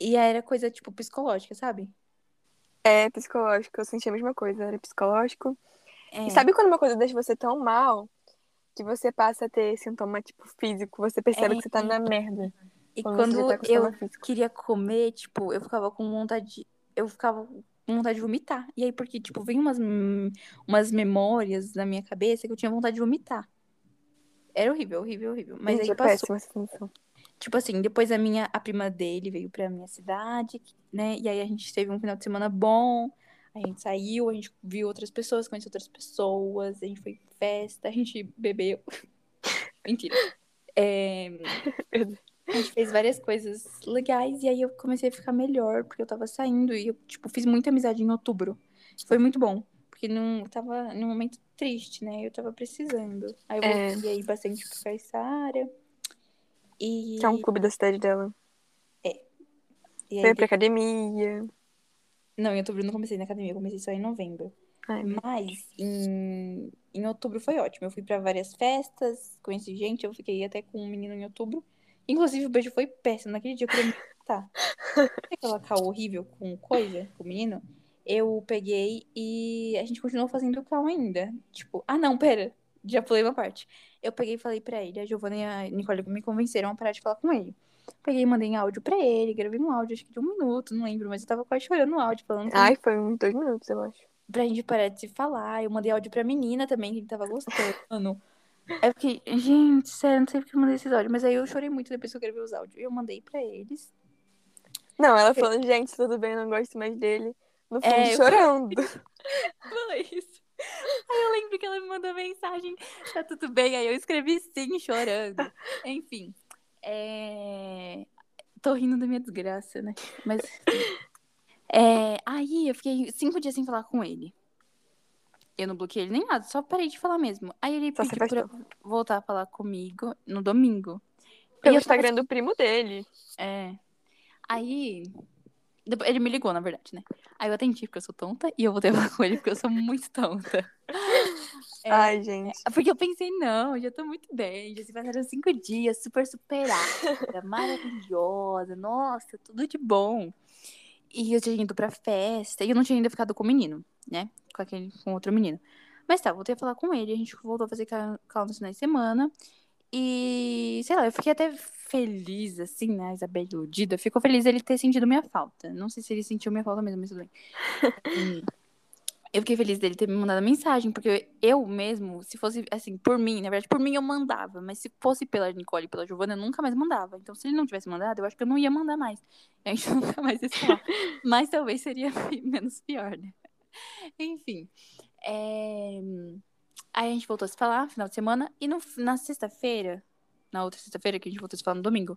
E aí era coisa, tipo, psicológica, sabe?
É psicológico, eu senti a mesma coisa, era psicológico.
É.
E sabe quando uma coisa deixa você tão mal que você passa a ter sintoma, tipo, físico, você percebe
É.
que você tá na merda.
E
você
quando
já tá com
eu
sintoma físico.
queria comer, tipo, eu ficava com vontade de, eu ficava com vontade de vomitar. E aí porque tipo, vem umas hum, umas memórias na minha cabeça que eu tinha vontade de vomitar. Era horrível, horrível, horrível. Mas
Gente,
aí
é
passou.
péssima essa sensação.
Tipo assim, depois a minha, a prima dele veio pra minha cidade, né? E aí a gente teve um final de semana bom. A gente saiu, a gente viu outras pessoas, conheceu outras pessoas, a gente foi em festa, a gente bebeu. Mentira. É, a gente fez várias coisas legais e aí eu comecei a ficar melhor, porque eu tava saindo e eu, tipo, fiz muita amizade em outubro. Foi muito bom. Porque não eu tava num momento triste, né? Eu tava precisando. Aí eu
É.
voltei aí bastante pro Caissara. E,
Que é um clube da cidade dela.
e aí
Veio pra academia.
Não, em outubro eu não comecei na academia, eu comecei só em novembro.
Ai,
Mas em, em outubro foi ótimo. Eu fui pra várias festas, conheci gente, eu fiquei até com um menino em outubro. Inclusive, o beijo foi péssimo. Naquele dia eu queria me matar. Sabe Aquela cal horrível com coisa, com o menino. Eu peguei e a gente continuou fazendo cal ainda. Tipo, ah não, pera. Já pulei uma parte. Eu peguei e falei pra ele, a Giovana e a Nicole me convenceram a parar de falar com ele. Peguei e mandei áudio pra ele, gravei um áudio, acho que de um minuto, não lembro, mas eu tava quase chorando no áudio, falando com
Ai, foi uns dois minutos, eu acho.
pra gente parar de se falar. Eu mandei áudio pra menina também, que tava gostando. Aí eu fiquei, É gente, sério, não sei porque eu mandei esses áudios. Mas aí eu chorei muito depois que eu gravei os áudios. Eu mandei pra eles.
Não, ela falando, gente, tudo bem, não gosto mais dele. No fundo,
É, eu-
chorando.
Falei isso. Aí eu lembro que ela me mandou mensagem, tá tudo bem? Aí eu escrevi sim, chorando. Enfim, é... tô rindo da minha desgraça, né? Mas. É, Aí eu fiquei cinco dias sem falar com ele. Eu não bloqueei ele nem nada, só parei de falar mesmo. Aí ele
Só se
pediu pra eu voltar a falar comigo no domingo.
Pelo
eu-
Instagram do primo dele.
É. Aí. depois- Ele me ligou, na verdade, né? Aí eu atendi porque eu sou tonta e eu voltei a falar com ele porque eu sou muito tonta. É.
Ai, gente.
Porque eu pensei, não, já tô muito bem, já se passaram cinco dias, super superada, maravilhosa, nossa, tudo de bom. E eu tinha ido pra festa, e eu não tinha ainda ficado com o menino, né? Com aquele, com outro menino. Mas tá, voltei a falar com ele, a gente voltou a fazer cal- calma no final de semana. E, sei lá, eu fiquei até feliz, assim, né? A Isabel iludida. Ficou feliz ele ter sentido minha falta. Não sei se ele sentiu minha falta mesmo, mas tudo bem. Hum. Eu fiquei feliz dele ter me mandado mensagem, porque eu mesmo, se fosse assim, por mim, na verdade, por mim eu mandava, mas se fosse pela Nicole e pela Giovana, eu nunca mais mandava. Então, se ele não tivesse mandado, eu acho que eu não ia mandar mais. A gente nunca mais ia se falar. mas talvez seria menos pior, né? Enfim. é, Aí a gente voltou a se falar final de semana, e no- na sexta-feira, na outra sexta-feira, que a gente voltou a se falar no domingo,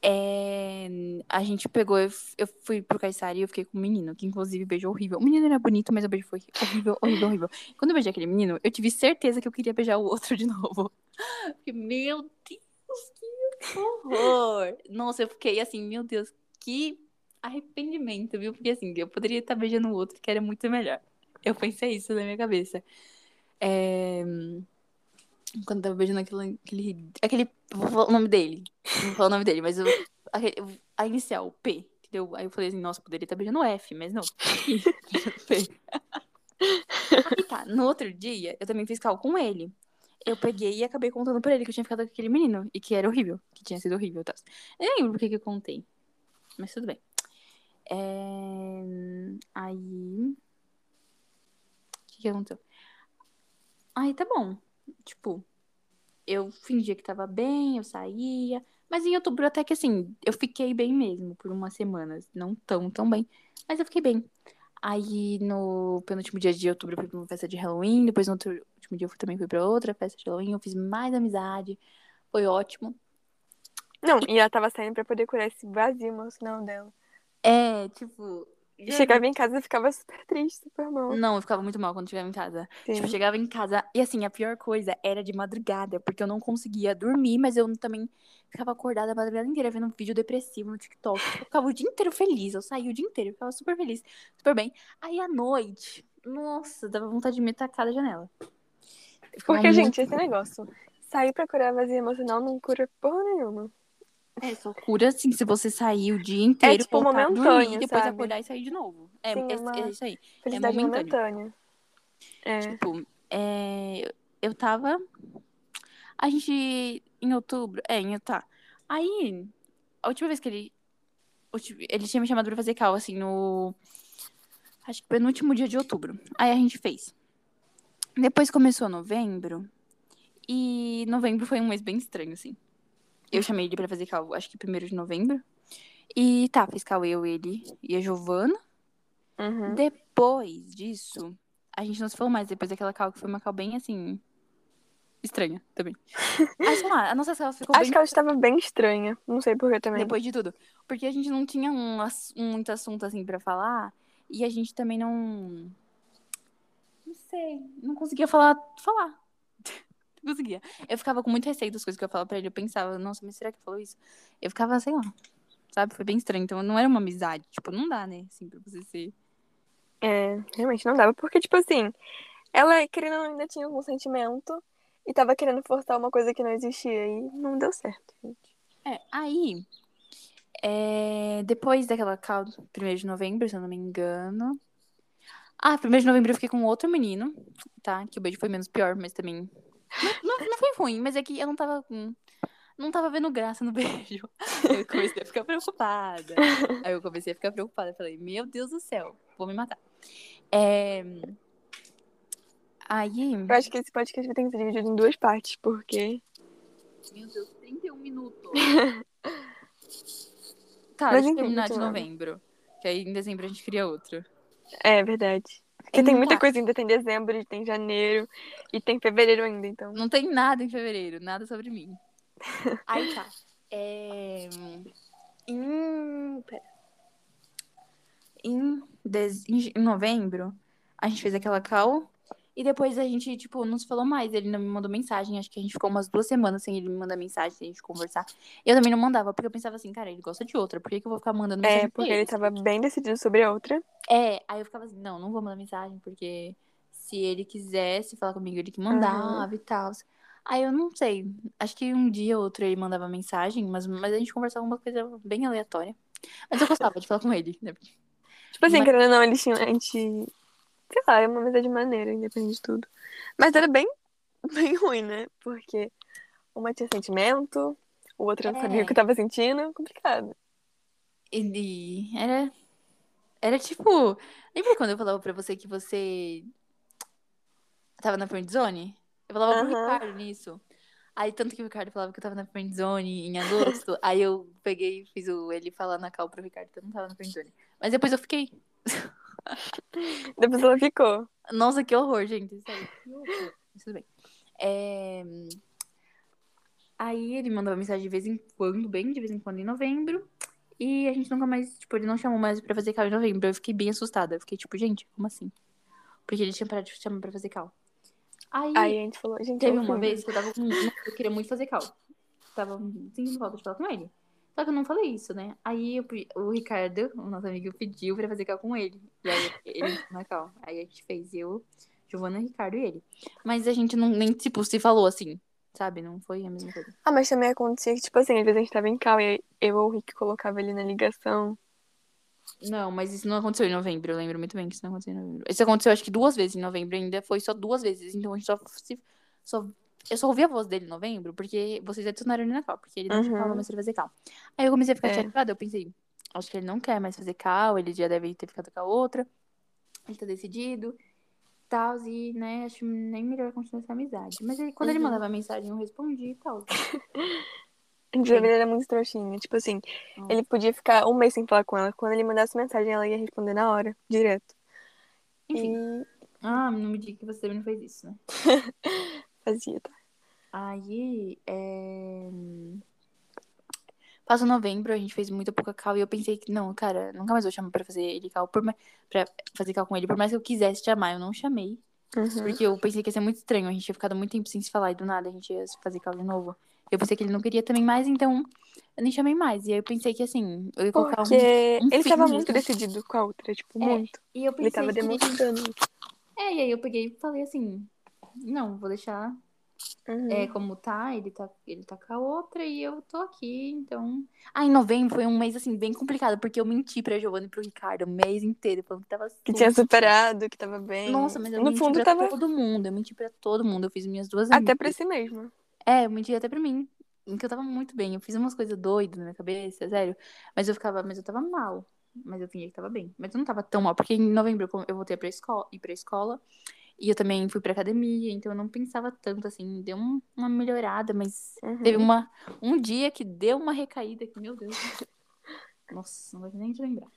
é, a gente pegou, eu f- eu fui pro Caissari e eu fiquei com um menino, que inclusive beijou horrível. O menino era bonito, mas o beijo foi horrível, horrível, horrível. Quando eu beijei aquele menino, eu tive certeza que eu queria beijar o outro de novo. Fiquei, meu Deus, que é horror! Nossa, eu fiquei assim, meu Deus, que arrependimento, viu? Porque assim, eu poderia estar beijando o outro, que era muito melhor. Eu pensei isso na minha cabeça. É, Quando eu tava beijando aquele. aquele, aquele vou falar o nome dele. Não vou falar o nome dele, mas eu aquele- a inicial, o P, entendeu? Aí eu falei assim, nossa, poderia estar beijando o F, mas não. P. Aí tá, no outro dia, eu também fiz cal com ele. Eu peguei e acabei contando pra ele que eu tinha ficado com aquele menino e que era horrível, que tinha sido horrível tá? e tal. Eu nem lembro porque que eu contei, mas tudo bem. É, Aí. O que, que aconteceu? Aí tá bom. Tipo, eu fingia que tava bem, eu saía. Mas em outubro até que assim, eu fiquei bem mesmo por umas semanas. Não tão, tão bem. Mas eu fiquei bem. Aí no penúltimo dia de outubro eu fui pra uma festa de Halloween. Depois no outro último dia eu fui- também fui pra outra festa de Halloween. Eu fiz mais amizade. Foi ótimo.
Não, e ela tava saindo pra poder curar esse vazio emocional dela.
É, tipo.
E chegava em casa e ficava super triste, super mal. assim.
Não, eu ficava muito mal quando chegava em casa. Uhum. Tipo, eu
Sim.
chegava em casa e assim, a pior coisa era de madrugada, porque eu não conseguia dormir, mas eu também ficava acordada a madrugada inteira vendo um vídeo depressivo no TikTok. Eu ficava o dia inteiro feliz, eu saía o dia inteiro, eu ficava super feliz, super bem. Aí à noite, nossa, dava vontade de me tacar da janela. Eu ficava
Porque,
muito-
gente, esse negócio. Sair pra curar vazio emocional não cura porra nenhuma.
É, só cura assim, se você sair o dia inteiro,
tipo,
voltar a dormir,
momentâneo,
depois
sabe?
acordar e sair de novo. É,
Sim,
é-
uma-
é isso aí.
Felicidade momentânea.
momentâneo.
É.
Tipo, é, eu tava. A gente. Em outubro. É, em tá. Aí, a última vez que ele. ulti- Ele tinha me chamado pra fazer cal, assim, no. Acho que penúltimo dia de outubro. Aí a gente fez. Depois começou novembro. E novembro foi um mês bem estranho, assim. Eu chamei ele pra fazer cal, acho que primeiro de novembro. E tá, fiz cal eu, ele e a Giovana.
Uhum.
Depois disso, a gente não se falou mais. Depois daquela cal que foi uma cal bem assim. Estranha também. Mas sei lá, a nossa cal ficou
Acho
bem.
que ela estava bem estranha. Não sei por que também.
Depois de tudo. Porque a gente não tinha um, ass- um muito assunto assim pra falar. E a gente também não. Não sei. Não conseguia falar. falar. Não conseguia. Eu ficava com muito receio das coisas que eu falava pra ele. Eu pensava, nossa, mas será que falou isso? Eu ficava, sei lá. Sabe? Foi bem estranho. Então não era uma amizade. Tipo, não dá, né? Assim, pra você ser.
É, realmente não dava, porque, tipo assim, ela querendo ou não, ainda tinha algum sentimento e tava querendo forçar uma coisa que não existia e não deu certo, gente.
É, aí. é, depois daquela call do 1 de novembro, se eu não me engano. Ah, 1 de novembro eu fiquei com outro menino, tá? Que o beijo foi menos pior, mas também. Não, não, não foi ruim, mas é que eu não tava com. Não tava vendo graça no beijo. Aí eu comecei a ficar preocupada. Aí eu comecei a ficar preocupada. Falei, meu Deus do céu, vou me matar. É... Aí.
Eu acho que esse podcast vai ter que ser dividido em duas partes, porque.
Meu Deus, 31 minutos. tá,
Mas
deixa eu
enfim,
terminar de
continuando.
novembro. Que aí em dezembro a gente cria outro.
É verdade. Porque tem muita
Tá.
coisa ainda, tem dezembro, e tem janeiro e tem fevereiro ainda, então.
Não tem nada em fevereiro, nada sobre mim. Aí tá. É... Em... Pera. Em, des... em j- em novembro, a gente fez aquela call. E depois a gente, tipo, não se falou mais. Ele não me mandou mensagem. Acho que a gente ficou umas duas semanas sem ele me mandar mensagem, sem a gente conversar. Eu também não mandava, porque eu pensava assim, cara, ele gosta de outra. Por que, que eu vou ficar mandando mensagem
É,
pra
porque ele tava bem decidido sobre a outra.
É, aí eu ficava assim, não, não vou mandar mensagem, porque se ele quisesse falar comigo, ele que mandava e tal. Aí eu não sei, acho que um dia ou outro ele mandava mensagem, mas, mas a gente conversava uma coisa bem aleatória. Mas eu gostava de falar com ele, né?
Tipo assim,
Mas-
querendo ou não, eles tinham. A gente. Sei lá, é uma mesa de maneira, independente de tudo. Mas era bem, bem ruim, né? Porque uma tinha sentimento, o outro não sabia
É.
o que tava sentindo. Complicado.
Ele era. Era tipo. Lembra quando eu falava pra você que você tava na friendzone? Eu falava pro
Aham.
Ricardo nisso. Aí, tanto que o Ricardo falava que eu tava na friendzone em agosto, aí eu peguei e fiz o, ele falar na cal pro Ricardo que eu não tava na friendzone. Mas depois eu fiquei.
Depois ela ficou.
Nossa, que horror, gente. Sério, que horror. Mas tudo bem. É, Aí ele mandava mensagem de vez em quando, bem de vez em quando, em novembro. E a gente nunca mais, tipo, ele não chamou mais pra fazer cal em novembro. Eu fiquei bem assustada. Eu fiquei tipo, gente, como assim? Porque ele tinha parado de chamar pra fazer cal. Aí,
Aí a gente falou, gente,
teve
é um
uma
filme.
vez que eu tava com. Eu queria muito fazer cal. Tava sentindo falta de falar com ele. Só que eu não falei isso, né? Aí eu pe- o Ricardo, o nosso amigo, pediu pra fazer cal com ele. E aí ele entrou na cal. Aí a gente fez eu, Giovana, Ricardo e ele. Mas a gente não, nem, tipo, se falou assim, sabe? Não foi a mesma coisa.
Ah, mas também acontecia que, tipo assim, às vezes a gente tava em cal e eu ou o Rick colocava ele na ligação.
Não, mas isso não aconteceu em novembro. Eu lembro muito bem que isso não aconteceu em novembro. Isso aconteceu acho que duas vezes em novembro ainda. Foi só duas vezes. Então a gente só. se- só- eu só ouvi a voz dele em novembro porque vocês adicionaram ele na cal. Porque ele não
Uhum.
chamava mais pra fazer cal. Aí eu comecei a ficar
É.
chateada. Eu pensei, acho que ele não quer mais fazer cal. Ele já deve ter ficado com a outra. Ele tá decidido. Tal, e, né, acho nem melhor continuar essa amizade. Mas ele- quando ele
Uhum.
mandava mensagem, eu respondia e tal.
A gente ele era muito trouxinha. Tipo assim, ele podia ficar um mês sem falar com ela. Quando ele mandasse mensagem, ela ia responder na hora, direto.
Enfim.
E
Ah, não me diga que você também não fez isso, né?
fazia, tá?
Aí, é... Passou novembro, a gente fez muito pouca cal e eu pensei que, não, cara, nunca mais vou chamar pra fazer ele cal, por mais, pra fazer cal com ele, por mais que eu quisesse chamar, eu não chamei.
Uhum.
Porque eu pensei que ia ser muito estranho, a gente tinha ficado muito tempo sem se falar e do nada a gente ia se fazer cal de novo. Eu pensei que ele não queria também mais, então eu nem chamei mais. E aí eu pensei que, assim, eu ia colocar
Porque
um... um
ele
fim
tava
mesmo.
muito decidido com a outra, tipo,
É,
muito.
E eu
Ele
pensei
tava
que...
demonstrando.
É, e aí eu peguei e falei assim, não, vou deixar
Uhum.
É, como tá, ele tá, ele tá com a outra e eu tô aqui, então. Ah, em novembro foi um mês assim bem complicado, porque eu menti pra Giovanna e pro Ricardo o mês inteiro, falando que tava
Que
tudo.
tinha superado, que tava bem.
Nossa, mas eu
No
menti
fundo
pra
tava
todo mundo, eu menti pra todo mundo, eu fiz minhas duas
até
amigas.
pra si mesmo.
É, eu menti até pra mim, em que eu tava muito bem, eu fiz umas coisas doidas na minha cabeça, sério, mas eu ficava, mas eu tava mal, mas eu fingia que tava bem, mas eu não tava tão mal, porque em novembro eu com- eu voltei pra escola, ir pra escola, e eu também fui pra academia, então eu não pensava tanto, assim, deu um- uma melhorada, mas
Uhum.
Teve uma, um dia que deu uma recaída que, meu Deus. Nossa, não vou nem te lembrar.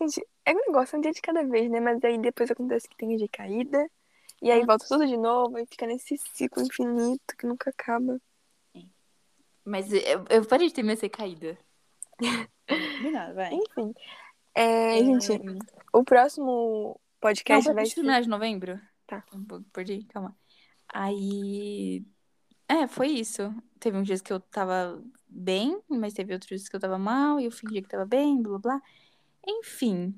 Gente, é um negócio um dia de cada vez, né? Mas aí depois acontece que tem de caída. E aí volta tudo de novo e fica nesse ciclo infinito que nunca acaba.
Mas eu, eu parei de ter minha recaída. Combinado, vai.
Enfim. É, gente,
Não,
o próximo podcast
pra
vai
gente
ser.
terminar de novembro?
Tá.
Um pouco, perdi, calma. Aí. É, foi isso. Teve uns dias que eu tava bem, mas teve outros dias que eu tava mal, e eu fingia que tava bem, blá blá. blá. Enfim.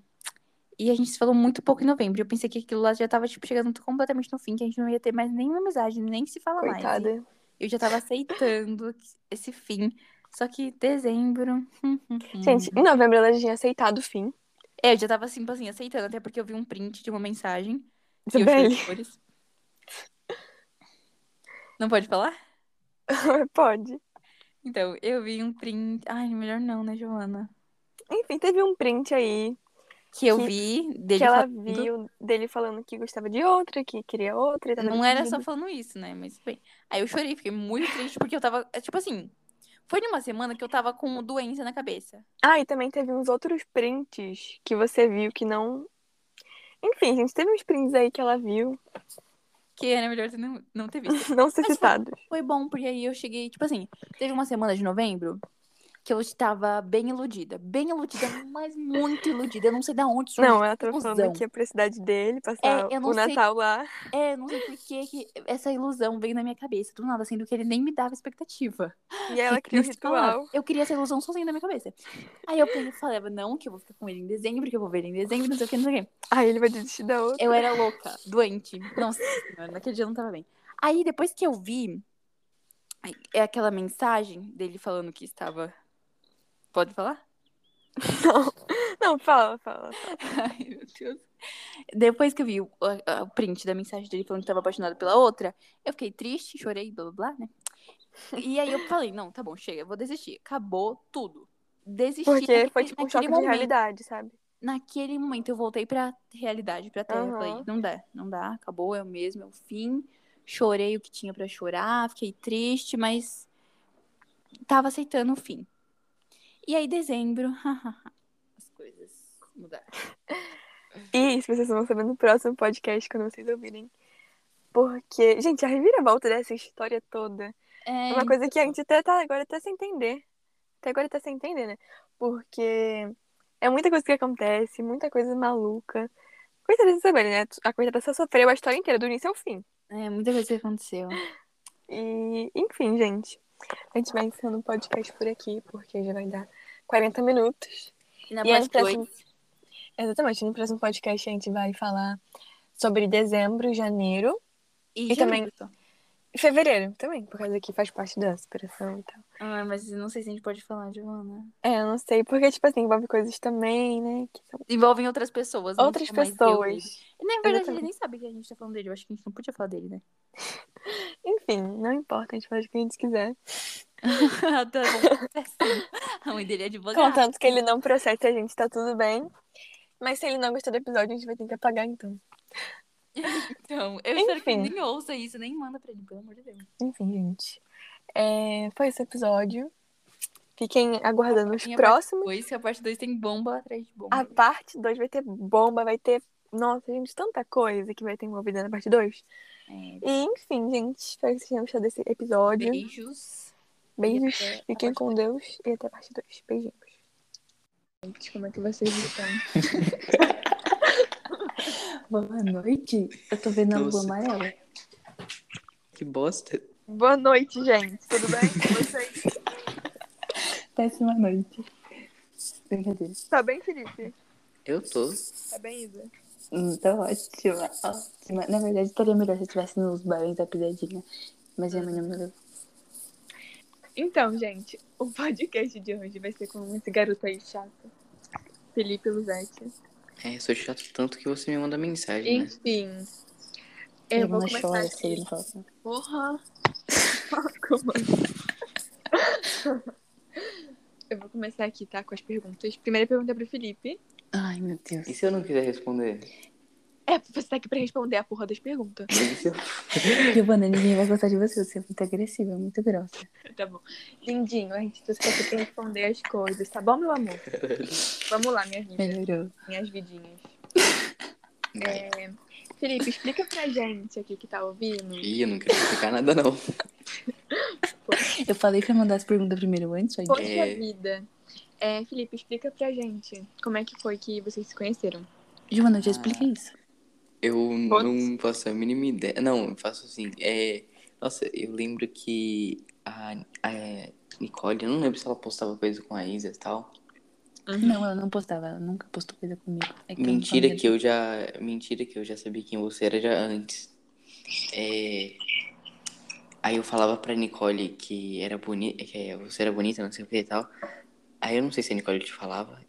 E a gente se falou muito pouco em novembro. Eu pensei que aquilo lá já tava, tipo, chegando completamente no fim, que a gente não ia ter mais nenhuma amizade, nem se fala mais.
Coitada.
E Eu já tava aceitando esse fim. Só que dezembro. hum,
Gente, em novembro ela já tinha aceitado o fim.
É, eu já tava assim, assim, aceitando, até porque eu vi um print de uma mensagem. e eu chorei
Isabelle,
horrores. Não pode falar?
pode.
Então, eu vi um print. Ai, melhor não, né, Giovana?
Enfim, teve um print aí
Que eu
Que-
vi dele
que ela
falando-
viu dele falando que gostava de outra, que queria outra. e tava
Não era só
dividido.
falando isso, né? Mas bem. Aí eu chorei, fiquei muito triste, porque eu tava. é, Tipo assim, foi numa semana que eu tava com doença na cabeça.
Ah, e também teve uns outros prints que você viu que não. Enfim, gente, teve uns prints aí que ela viu,
Que era melhor você não, não ter visto.
não ser
Mas foi-
citados.
Foi bom, porque aí eu cheguei, tipo assim, teve uma semana de novembro que eu estava bem iludida. Bem iludida, mas muito iludida. Eu não sei de onde surgiu.
Não, ela tava
ilusão.
falando que ia pra cidade dele, passar
É, eu não
o
sei-
Natal lá.
É, não sei por que que essa ilusão veio na minha cabeça do nada, sendo que ele nem me dava expectativa.
E ela
Fiquei
criou o
sem palavras.
ritual.
Eu queria essa ilusão sozinha na minha cabeça. Aí eu peguei e falava, não, que eu vou ficar com ele em dezembro, que eu vou ver ele em dezembro, não sei o que, não sei o que.
Aí ele vai desistir da outra.
Eu era louca, doente. Nossa senhora, naquele dia eu não tava bem. Aí depois que eu vi ai, é aquela mensagem dele falando que estava. Pode falar? É.
Não, fala, fala.
Ai, meu Deus. Depois que eu vi o, a- a- o print da mensagem dele falando que tava apaixonado pela outra, eu fiquei triste, chorei, blá blá blá, né? E aí eu falei, não, tá bom, chega, eu vou desistir. Acabou tudo. Desisti.
Porque foi
naquele-
tipo um
naquele
choque de
momento.
realidade, sabe?
naquele momento eu voltei pra realidade, pra terra. Eu
Aham.
Falei, não dá, não dá, acabou, é o mesmo, é o fim. Chorei o que tinha pra chorar, fiquei triste, mas tava aceitando o fim. E aí, dezembro, as coisas mudaram.
E isso vocês vão saber no próximo podcast quando vocês ouvirem. Porque, gente, a reviravolta dessa história toda é uma coisa que a gente até tá agora até sem entender. Até agora tá sem entender, né? Porque é muita coisa que acontece, muita coisa maluca. Coitada dessa Isabelle, né? A coitada só sofreu a história inteira, do início ao fim.
É, muita coisa que aconteceu.
E, enfim, gente. A gente vai encerrando o podcast por aqui, porque já vai dar 40 minutos.
E na
E
parte
antes dessa-
2,
Exatamente. No próximo podcast a gente vai falar sobre dezembro, janeiro
e,
e também-
janeiro.
e fevereiro também, por causa que faz parte da aspiração e tal.
Ah, mas eu não sei se a gente pode falar, Giovana.
É, eu não sei, porque, tipo assim, envolve coisas também, né? Que são
Envolvem outras pessoas. não
outras
só mais eu
pessoas.
mesmo. Na verdade, ele
Exatamente.
nem sabe que a gente tá falando dele. Eu acho que a gente não podia falar dele, né?
Enfim, não importa, a gente faz o que a gente quiser.
tá bom, certinho. A mãe dele é advogada.
Contanto que ele não processe a gente, tá tudo bem. Mas se ele não gostou do episódio, a gente vai ter que apagar, então.
Então, eu espero que ele
Enfim.
nem ouça isso, nem manda pra ele, pelo amor de Deus.
Enfim, gente. É, foi esse episódio. Fiquem aguardando os
Minha
próximos.
Pois que a parte 2 tem bomba atrás de bomba.
A parte 2 vai ter bomba, vai ter. Nossa, gente, tanta coisa que vai ter envolvida na parte 2.
É,
E enfim, gente, espero que vocês tenham gostado desse episódio.
beijos.
Beijos,
E até a
fiquem
parte
com Deus e até a parte 2. Beijinhos.
Gente, como é que vocês estão? Boa noite. Eu tô vendo a lua
Doce.
amarela.
Que bosta.
Boa noite, gente. Tudo bem com vocês?
Péssima noite. Brincadeira.
Tá bem, Felipe?
Eu tô.
Tá bem, Isa?
Hum, Tá ótima, ótima. Na verdade, estaria melhor se eu estivesse nos barões da pisadinha. Mas minha mãe não me levou.
Então, gente, o podcast de hoje vai ser com esse garoto aí chato. Felipe Luzetti.
É, eu sou chato tanto que você me manda mensagem, né?
Enfim.
Ele
Eu vou
não
começar
chora se ele
aqui.
não fala assim.
Porra! Como assim? Eu vou começar aqui, tá? Com as perguntas. Primeira pergunta é pro Felipe.
Ai, meu Deus.
E se eu não quiser responder?
É, você tá aqui pra responder a porra das perguntas.
E se eu-
Giovana, ninguém vai gostar de você. Você é muito agressiva, muito grossa.
Tá bom. Lindinho, a gente tá aqui pra responder as coisas, tá bom, meu amor? Vamos lá, minha vida.
Melhorou.
minhas vidinhas. É, Felipe, explica pra gente aqui que tá ouvindo.
Ih, eu não quero explicar nada, não.
Eu falei pra mandar as perguntas primeiro antes, aí.
Poxa
É.
vida. É, Felipe, explica pra gente como é que foi que vocês se conheceram.
Giovana, eu já expliquei isso.
Eu
Putz.
não faço a mínima ideia. Não, eu faço assim. É... Nossa, eu lembro que a, a Nicole, eu não lembro se ela postava coisa com a Isa e tal.
Não, ela não postava, ela nunca postou coisa comigo. É que eu não
Mentira
sabia.
que eu já. Mentira que eu já sabia quem você era já antes. É... Aí eu falava pra Nicole que era bonita. Que você era bonita, não sei o que e tal. Aí eu não sei se a Nicole te falava.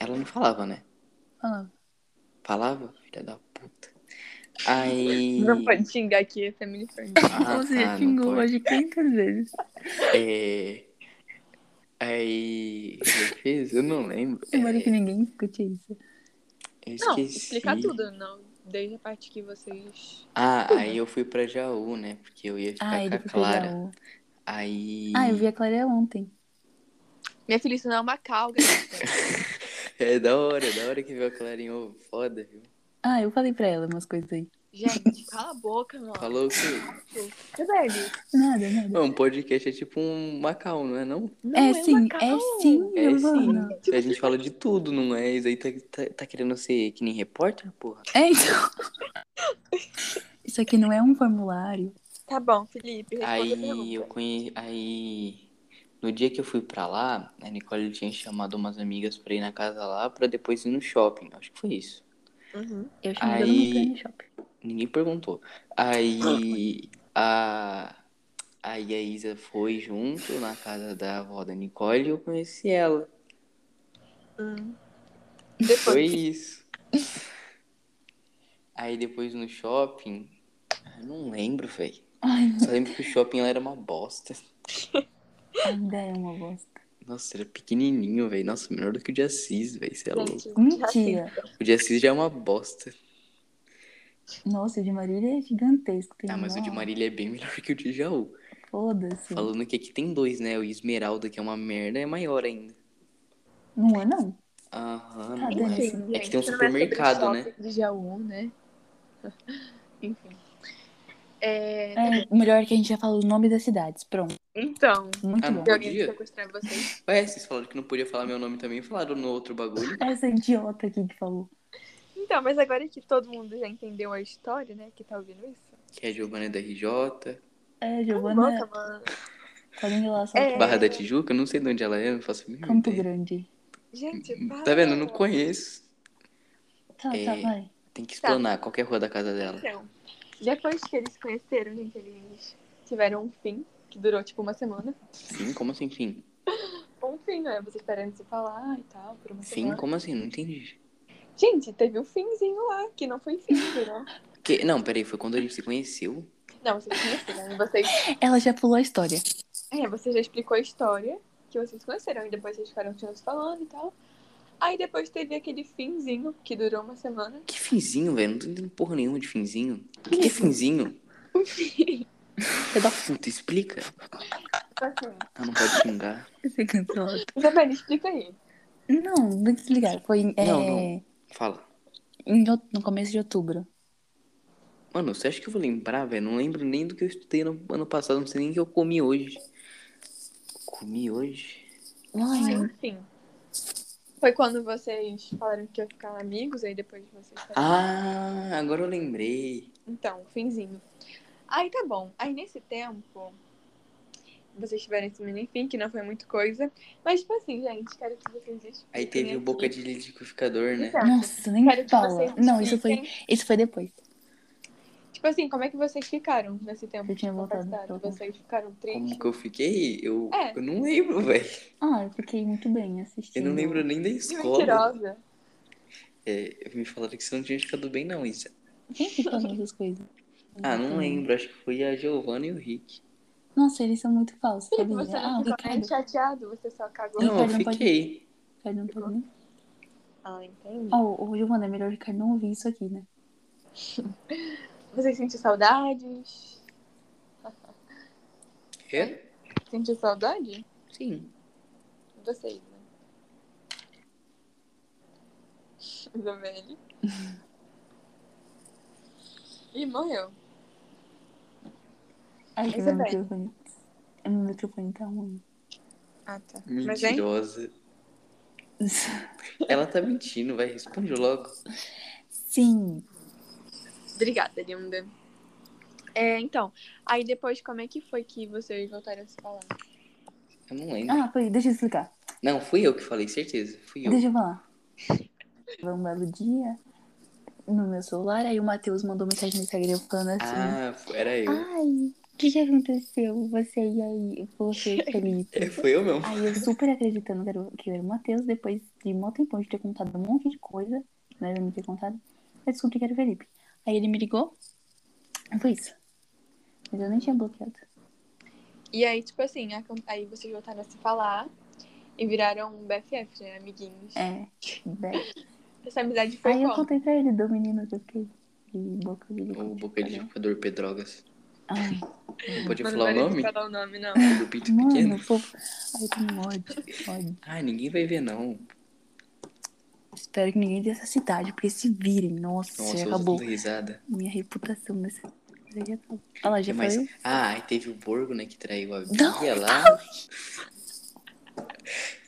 Ela não falava, né?
Ah,
Falava, filha da puta. Aí.
Não pode xingar aqui, é family friend.
Ah,
você
tá, não
assim, xingou
pode.
hoje 500 vezes.
É... Aí. Eu fiz? Eu não lembro.
Tomara que
É...
ninguém escute isso.
Eu
Não,
esqueci.
explicar tudo, não. Desde a parte que vocês.
Ah, aí eu fui pra Jaú, né? Porque eu ia ficar
Ah,
com
ele
a
foi
Clara.
Clara.
Aí.
Ah, eu vi a Clara ontem.
Minha filha, isso não é uma calga.
É da hora, é da hora que viu a Clarinha. ô, Foda, viu?
Ah, eu falei pra ela umas coisas aí.
Gente, cala a boca, mano.
Falou que.
É verdade.
Nada, nada.
Não, um podcast é tipo um Macau, não é não?
Não
É
uma
sim, é
calga.
sim,
É
Giovana.
sim. A gente fala
tipo
de tudo, não é? Isso aí tá, tá, tá querendo ser que nem repórter, porra?
É, então. Isso aqui não é um formulário.
Tá bom, Felipe, responda a
Aí eu
pergunta.
conhe... Aí no dia que eu fui pra lá, a Nicole tinha chamado umas amigas pra ir na casa lá pra depois ir no shopping. Acho que foi isso.
Uhum.
Eu chamei todo
Aí-
mundo pra ir no shopping.
Ninguém perguntou. Aí a aí a Isa foi junto na casa da avó da Nicole e eu conheci ela.
Hum.
Foi
Depois.
isso. Aí depois no shopping, eu não lembro, velho.
Ai, não,
Só lembro que o shopping lá era uma bosta.
ainda é uma bosta.
Nossa, era pequenininho, velho. Nossa, menor do que o de Assis, velho. Você é louco.
Gente,
Mentira.
racista.
O de Assis já é uma bosta.
Nossa, o de Marília é gigantesco. Tem
Ah, mas o de
mó-
Marília é bem melhor que o de Jaú.
Foda-se.
Falando que aqui tem dois, né? O Esmeralda, que é uma merda, é maior ainda.
Não é, não?
Aham,
Tá,
não é.
deixa.
Enfim,
É que tem um
gente, não sobre
supermercado, né?
shopping De Jaú, né? Enfim. É,
É melhor que a gente já fala o nome das cidades. Pronto.
Então,
Muito
Ah,
bom.
se alguém
Podia?
sequestrar vocês.
Ué, vocês falaram que não podia falar meu nome também, falaram no outro bagulho.
Essa idiota aqui que falou.
Então, mas agora que todo mundo já entendeu a história, né? Que tá ouvindo isso.
Que é Giovana da RJ,
É,
Cala a
Giovana,
boca, mano.
falando em relação
É.
a
Barra da Tijuca, eu não sei de onde ela é, eu não faço a mínima
Campo
ideia.
Grande.
Gente, para.
Tá vendo? Eu não conheço.
Tá, tá,
É.
vai.
Tem que explanar qual que é a rua da casa dela.
Então, depois que eles se conheceram, gente, eles tiveram um fim, que durou tipo uma semana.
Sim, como assim, fim?
Um fim, né? Vocês pararam de se falar e tal, por uma
Sim,
semana.
como assim? Não entendi.
Gente, teve um finzinho lá, que não foi fim, né?
Que... Não, peraí, foi quando a gente se conheceu?
Não, vocês se conheceram. e Vocês...
Ela já pulou a história.
É, você já explicou a história que vocês se conheceram e depois vocês ficaram se falando e tal. Aí depois teve aquele finzinho, que durou uma semana.
Que finzinho, velho? Não tô entendendo porra nenhuma de finzinho. O que, que é finzinho? Filha da puta, explica.
Tipo assim,
Ah, não pode xingar.
Você cancelou.
Isabelle, explica aí.
Não, não desligar. Foi é,
Não, não. Fala.
em out- no começo de outubro.
Mano, você acha que eu vou lembrar, velho? Não lembro nem do que eu estudei no ano passado, não sei nem o que eu comi hoje. Comi hoje?
Ai,
Ai,
enfim. Foi quando vocês falaram que ia ficar amigos, aí depois vocês falaram.
Ah, agora eu lembrei.
Então, finzinho. Aí tá bom. Aí nesse tempo, vocês tiveram esse minifim, que não foi muito coisa. Mas, tipo assim, gente, quero que vocês expliquem.
Aí teve o
aqui.
boca de liquidificador, né?
Então,
nossa, nem
quero que
fala.
vocês
Não, isso foi,
expliquem,
isso foi depois.
Tipo assim, como é que vocês ficaram nesse tempo?
Eu tinha
de
voltado
conversado?
pra-
Vocês ficaram tristes?
Como que eu fiquei? Eu,
É.
eu não lembro, velho.
Ah, eu fiquei muito bem assistindo.
Eu não lembro nem da
Que
escola.
Mentirosa.
É, me falaram que você não tinha ficado bem, não, Isa.
Quem que falou essas coisas? Então,
Ah, não lembro. Acho que foi a Giovana e o Rick.
Nossa, eles são muito falsos,
Felipe,
sabia?
Tipo, você é
Ah,
não
o
ficou nem
Ricardo.
chateado, você só cagou.
Não, eu
Ricardo não pode-
fiquei.
Ricardo não
tipo.
pode nem-
Ah, entendi.
Ó, o Giovana, é melhor o Ricardo não ouvir isso aqui, né?
Você sentiu saudades?
É?
Sentiu saudade?
Sim.
Vocês, né? Isabelle. Ih, morreu.
Ai,
Isso
que meu
é bem.
microfone. Meu microfone tá ruim.
Ah, tá. Mas, hein?
Mentirosa. Ela tá mentindo, vai. Responde logo.
Sim.
Obrigada, linda. É, então, aí depois como é que foi que vocês voltaram a se falar?
Eu não lembro.
Ah, foi, deixa eu explicar.
Não, fui eu que falei, certeza. Fui eu.
Deixa eu falar. Foi um belo dia no meu celular, aí o Matheus mandou mensagem no Instagram falando assim.
Ah, foi- era eu.
Ai, o que, que aconteceu? Você e aí, você e
É,
Felipe.
foi eu mesmo.
Aí eu super acreditando que era, o- que era o Matheus, depois de um tempão de ter contado um monte de coisa, né? Eu não ter contado, eu descobri que era o Felipe. Aí ele me ligou, foi isso. Mas eu nem tinha bloqueado.
E aí, tipo assim, acon- aí vocês voltaram a se falar e viraram BFF, né, amiguinhos.
É, bem.
Essa amizade foi
Aí eu
como?
contei pra ele do menino que eu fiquei de boca de
O
liquidificador.
boca de jogador Pedrogas.
Ai,
Pode
Mas não
falar o
vai nem
nome?
falar o nome, não.
Do Pinto
mano,
Pequeno?
o povo. Ai, eu tenho ódio, ódio.
Ah, ninguém vai ver, não.
Espero que ninguém dessa cidade, porque se virem, nossa,
Nossa, eu tô
acabou
dando risada.
minha reputação nessa. Olha lá, já
Mas,
foi.
ah, aí teve o Borgo, né, que traiu a
Não,
Bia lá.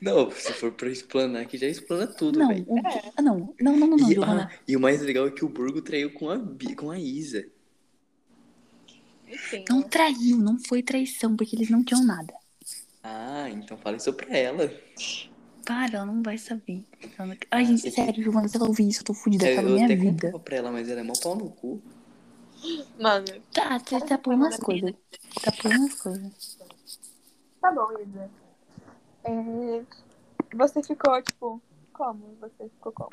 Não, se for pra explanar aqui, já explana tudo,
Não,
velho.
o... ah, não, não, não, não, não,
E,
Giovana.
ah, e o mais legal é que o Borgo traiu com a, Bi- com a Isa.
Enfim,
Não
né?
traiu, não foi traição, porque eles não tinham nada.
Ah, então fala isso pra ela.
Para, ela não vai saber. Ela não- Ai, gente, sério, Giovana, se ela ouvir isso, eu tô fudida, tá na
eu
minha
até
vida.
contava pra ela, mas ela é mó pau no cu.
Mano,
Tá, você tá por umas coisas. Tá por umas coisas.
tá bom, Isa. É, Você ficou, tipo, como? Você ficou como?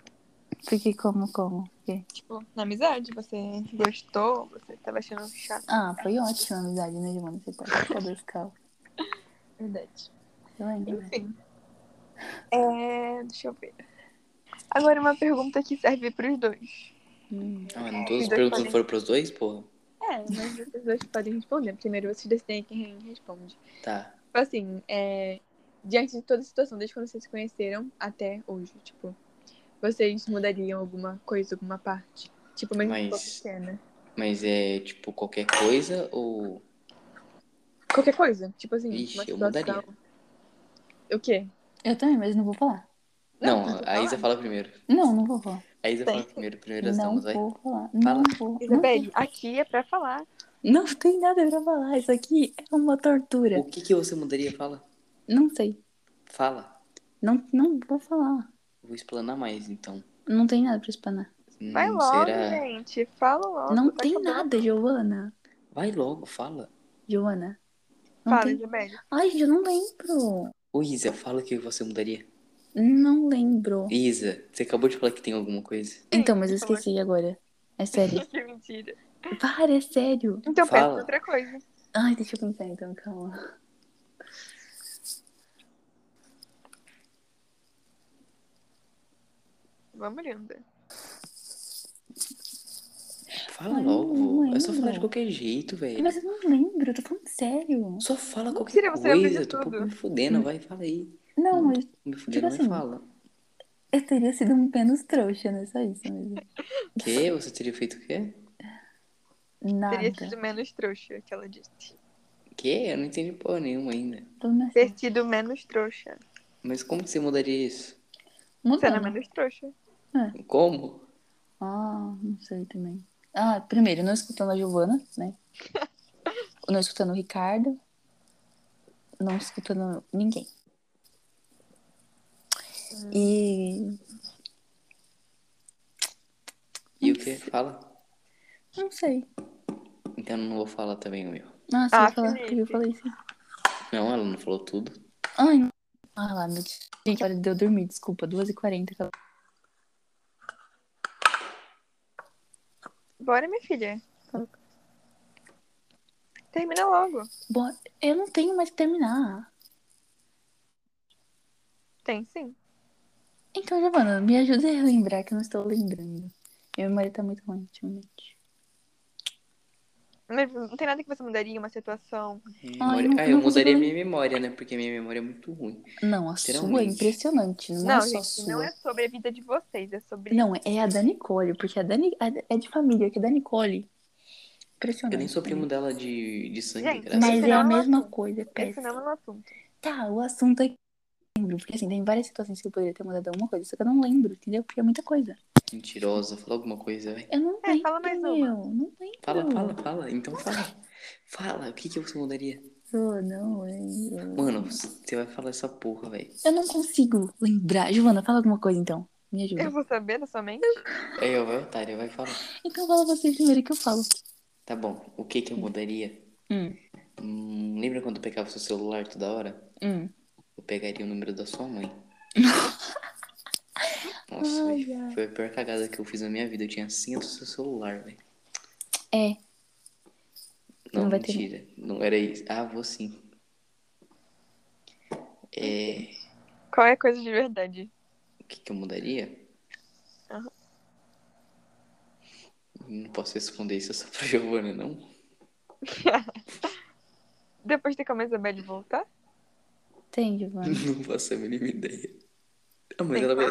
Fiquei como, como? Fiquei.
Tipo, na amizade, você gostou? Você tava achando chato?
Ah, foi ótima a amizade, né, Giovana? Você tá foda esse carro.
Verdade.
Eu lembro. né?
Enfim. É, deixa eu ver. Agora uma pergunta que serve pros dois.
Hum.
Ah, mas não todas
E
as
dois
perguntas
podem-
foram pros dois, porra?
É, mas vocês dois podem responder. Primeiro vocês decidem quem responde.
Tá.
Tipo assim, é, diante de toda a situação, desde quando vocês se conheceram até hoje, tipo, vocês mudariam alguma coisa, alguma parte? Tipo, mesmo que
Mas-
for pequena.
Mas é, tipo, qualquer coisa ou...
Qualquer coisa. Tipo assim,
Ixi,
uma
eu
situação. O quê?
Eu também, mas não tá vou falar.
Não,
Não, tu
a
fala.
Isa fala primeiro.
Não, não vou falar.
A Isa
Tem.
fala primeiro, primeiro as
Não
damas, vai.
vou falar.
Fala.
Não vou. Não,
Isabelle, aqui é pra falar.
Hum,
não tem nada pra falar. Isso aqui é uma tortura.
O que que você mudaria? Fala.
Não sei.
Fala.
Não, não vou falar.
Vou explanar mais, então.
Não tem nada pra espanar.
Hum,
Vai logo,
será?
gente. Fala logo.
Não
tá
tem
acabando.
nada, Giovana.
Vai logo, fala.
Giovana. Não
Fala,
tem...
Isabelle.
Ai, gente, eu não lembro.
Ô, Isa, fala o que você mudaria.
Não lembro.
Isa, você acabou de falar que tem alguma coisa.
Então, mas eu
por favor.
esqueci agora. É sério.
Que mentira.
Para, é sério.
Então
Fala.
pensa em outra coisa.
Ai, deixa eu pensar então, calma.
Vamos, linda.
Fala
Ai,
logo.
não
É só falar de
lembro.
qualquer jeito, velho.
Mas eu não lembro, eu tô falando sério.
Só fala qualquer
Mentira, você lembra de
coisa. Tô
tudo.
me fudendo, vai, fala aí.
Não,
Hum.
mas
Me fudendo,
Tipo
mas
assim.
fala.
eu teria sido um menos trouxa, né? Só isso mesmo.
O quê? Você teria feito o quê?
Teria
Nada.
sido menos trouxa, que ela disse.
O quê? Eu não entendi porra nenhuma ainda.
Tô nessa.
Ter sido menos trouxa.
Mas como que você mudaria isso?
Você era
Mudando.
menos trouxa.
Como?
Ah, não sei também. Ah, primeiro, não escutando a Giovana, né? Não escutando o Ricardo. Não escutando ninguém. E.
E o quê? Fala.
Não sei.
Então eu não vou falar também o meu.
Ah,
Ah,
sei falar porque
Felipe.
eu falei isso.
Não, ela não falou tudo.
Ai, não. Ah lá, meu Deus. Gente, olha, deu dormir, desculpa. 2h40. aquela-
Bora, minha filha. Termina logo.
Bom, eu não tenho mais que terminar.
Tem sim.
Então, Giovana, me ajuda a lembrar que eu não estou lembrando. Minha memória tá muito ruim ultimamente.
Mas Não tem nada que você mudaria, uma situação.
Ai,
Memória...
não- não
ah,
consigo
eu mudaria
lem-
minha memória, né? Porque minha memória é muito ruim.
Não, a sua é
Literalmente.
impressionante. Não,
Não,
é só
gente,
sua.
não é sobre a vida de vocês, é sobre.
Não, é a da Nicole, porque a Dani é de família, que a da Nicole. Impressionante.
Eu nem sou primo dela de, de sangue,
Gente,
graças a
Mas
Esse
é a
não é o
mesma
assunto.
coisa, é
Esse
péssimo.
não é o assunto.
Tá, o assunto é que eu lembro. Porque assim, tem várias situações que eu poderia ter mudado alguma coisa, só que eu não lembro, entendeu? Porque é muita coisa.
Mentirosa, fala alguma coisa, vai.
Eu não
É,
lembro,
fala mais
meu. Não lembro.
Fala, fala, fala. Então fala. Fala, o que que você mudaria?
Eu não lembro.
Mano, você vai falar essa porra, velho.
Eu não consigo lembrar. Giovana, fala alguma coisa então. Me ajuda.
Eu vou saber da sua mente?
Aí, ó, vai, otário, vai falar.
Então fala você primeiro que eu falo.
Tá bom, o que que eu mudaria?
Hum.
Hum, lembra quando eu pegava seu celular toda hora?
Hum.
Eu pegaria o número da sua mãe. Nossa,
Ai,
velho, foi a pior cagada que eu fiz na minha vida. Eu tinha a senha do seu celular, velho.
É.
Não,
Não vai ter-
mentira. Não era isso. Ah, vou sim. É...
Qual é a coisa de verdade?
O que, que eu mudaria?
Aham.
Não posso responder isso só pra Giovana, não?
Depois tem como a Isabelle voltar?
Tem, Giovana.
Não faço a mínima ideia. Ah, mas ela vai,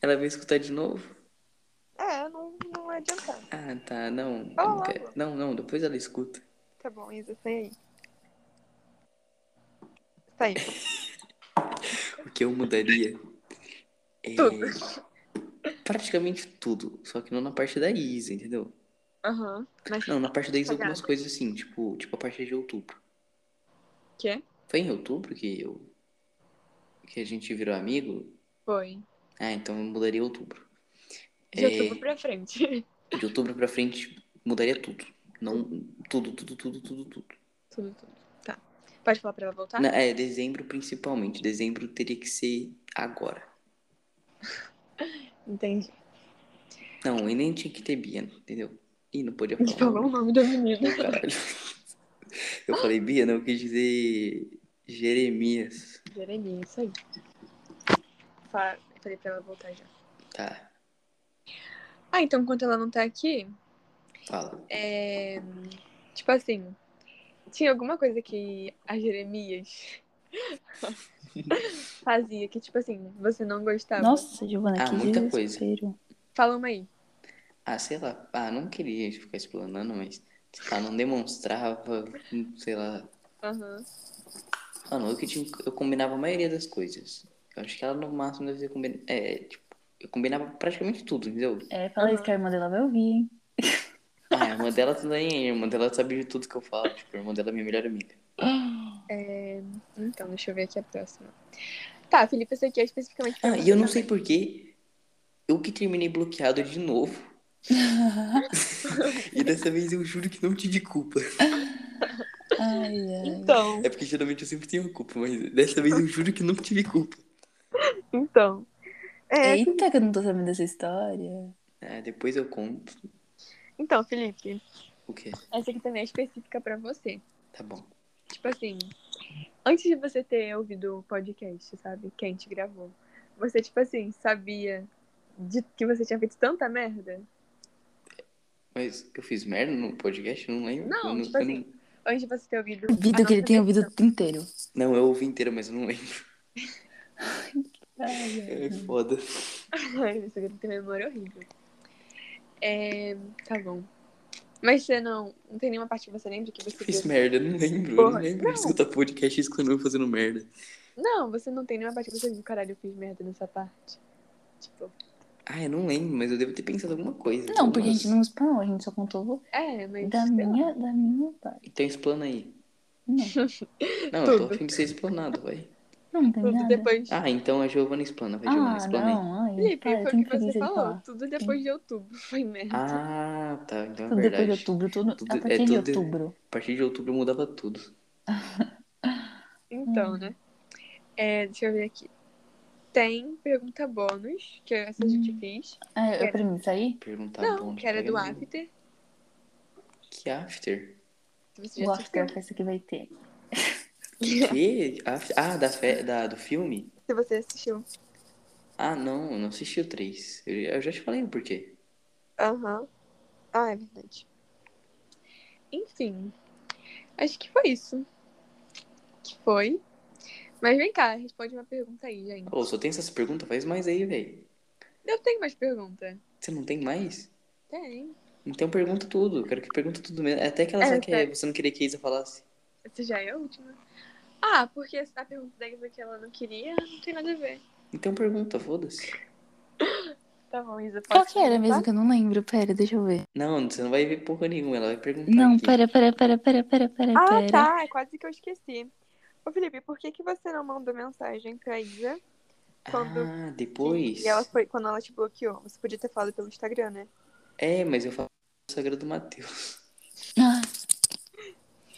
ela vai escutar de novo?
É, não, não vai adiantar.
Ah, tá, não. eu
Fala
não,
logo.
quero- não, não, depois ela escuta.
Tá bom, Isa, sai aí. Sai.
O que eu mudaria? É...
Tudo.
Praticamente tudo, só que não na parte da Isa, entendeu?
Aham. Mas
Não, na parte da Isa algumas
Cagada.
coisas assim, tipo, tipo a parte de outubro.
Quê?
Foi em outubro que eu que a gente virou amigo?
foi.
Ah, então eu mudaria outubro.
De
É,
outubro pra frente.
de outubro pra frente, mudaria tudo. Não, tudo, tudo, tudo, tudo, tudo.
tudo, tudo. Tá. Pode falar pra ela voltar?
Na- é, dezembro principalmente. Dezembro teria que ser agora.
Entendi.
Não, e nem tinha que ter Bia, entendeu? Ih, não podia
A gente
falar.
falou o nome da menina.
Não, caralho. Eu falei Bia, não eu quis dizer Jeremias.
Jeremias, isso aí. Fa- Falei pra ela voltar já.
Tá,
Ah, então enquanto ela não tá aqui,
fala.
é. Tipo assim, tinha alguma coisa que a Jeremias fazia que, tipo assim, você não gostava.
Nossa, Giovana,
Ah,
que
muita
desespero.
Fala uma aí.
Ah, sei lá. Ah, não queria ficar explanando, mas sei lá, não demonstrava, sei lá.
Aham.
Mano, eu que tinha, um eu combinava a maioria das coisas. Eu acho que ela no máximo deve ter combinado. É, tipo, eu combinava praticamente tudo, entendeu?
É, fala isso que a irmã dela vai ouvir, hein?
Ah, a irmã dela também, a irmã dela sabe de tudo que eu falo. Tipo, a irmã dela é minha melhor amiga. Ah,
Então, deixa eu ver aqui a próxima. Tá, Felipe, essa aqui é especificamente pra
Ah,
você
e eu não
também.
sei porquê, eu que terminei bloqueado de novo. E dessa vez eu juro que não tive culpa.
ai, ai.
Então,
É porque geralmente eu sempre tenho culpa, mas dessa vez eu juro que não tive culpa.
então. É,
Eita, que eu não tô sabendo dessa história.
Ah, depois eu conto
então, Felipe,
o quê?
essa aqui também é específica pra você.
Tá bom.
Tipo assim, antes de você ter ouvido o podcast, sabe? Que a gente gravou, você, tipo assim, sabia de que você tinha feito tanta merda?
Mas eu fiz merda no podcast? Eu Não lembro.
Não,
eu não,
tipo
eu
assim,
não,
Antes de você ter ouvido. a
Duvido que ele
nossa
é
tenha ouvido
versão.
o inteiro.
não, eu ouvi inteiro, mas eu não lembro.
Ai, ai.
É foda.
Ai, esse aqui tem memória horrível. É. Tá bom. Mas você não. Não tem nenhuma parte que você lembra que você.
Eu fiz
viu-
merda, eu não lembro. eu
Porra,
não lembro de escutar podcast e escutar eu fazendo merda.
Não, você não tem nenhuma parte que você viu, caralho, eu fiz merda nessa parte. Tipo.
Ah, eu não lembro, mas eu devo ter pensado alguma coisa.
Não, porque a gente
Nossa.
não explanou, a gente só contou
É, mas.
da
sei lá.
minha, da minha parte.
Então explana aí.
Não,
Não, eu tô
Tudo.
afim de ser explanado, vai.
não tem
Tudo
nada.
depois.
Ah, então a Giovana explana, vai, Giovana,
Ah,
explana aí.
não, ai,
Felipe,
para, eu
foi o
tenho
que você
preguiça de
falou.
falar.
Tudo depois de outubro. Foi merda.
Ah, tá, então
Tudo
é
depois de
verdade.
outubro, tudo,
Tudo-
a
é
partir de
tudo-
outubro.
A partir de outubro eu mudava tudo.
Hum.
Então, né? É, deixa eu ver aqui. Tem pergunta bônus, que é essa que eu
Hum.
te fiz.
Ah,
É.
eu pra mim sair?
Tá
Perguntar
Não,
bom,
que era
pega
do
no-
After.
Que after?
que você
O
já assistiu.
after festa que vai ter.
Que? Af- Ah, da fe... da... do filme?
Se você assistiu.
Ah, não, eu não assisti o 3. Eu, eu já te falei o porquê.
Aham. Ah, é verdade. Enfim. Acho que foi isso. Que foi. Mas vem cá, responde uma pergunta aí, gente.
Ô, só tem essas perguntas? Faz mais aí, velho.
Eu tenho mais pergunta.
Você não tem mais?
Tem.
Então pergunta tudo. Eu quero que pergunta tudo mesmo. Até que ela
É,
só quer,
sério.
você não queria que a Isa falasse.
Essa já é a última. Ah, porque a pergunta da Isa que ela não queria não tem nada a ver.
Então pergunta, foda-se.
Tá bom, Isa.
Qual
posso
que era
perguntar?
mesmo que eu não lembro? Pera, deixa eu ver.
Não, você não vai ver porra nenhuma, ela vai perguntar.
Não,
aqui.
pera, pera, pera, pera, pera, pera,
Ah,
pera.
tá. Quase que eu esqueci. Ô, Felipe, por que, que você não mandou mensagem pra Isa? Quando-
Ah, depois.
E ela foi quando ela te bloqueou. Você podia ter falado pelo Instagram, né?
É, mas eu falo o Instagram do Matheus.
Ah,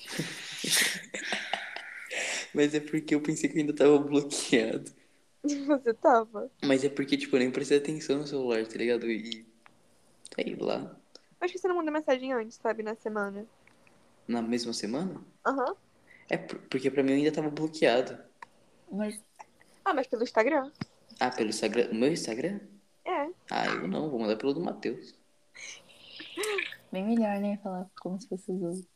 Mas é porque eu pensei que eu ainda tava bloqueado.
Você tava.
Mas é porque, tipo, eu nem prestei atenção no celular, tá ligado? E. Sei lá.
Acho que você não mandou mensagem antes, sabe? Na semana.
Na mesma semana?
Aham.
É por- porque pra mim eu ainda tava bloqueado.
mas
Ah, mas pelo Instagram?
Ah, pelo Instagram. O meu Instagram?
É.
Ah, eu não, vou mandar pelo do Matheus.
bem melhor, né? Falar como se fosse os outros.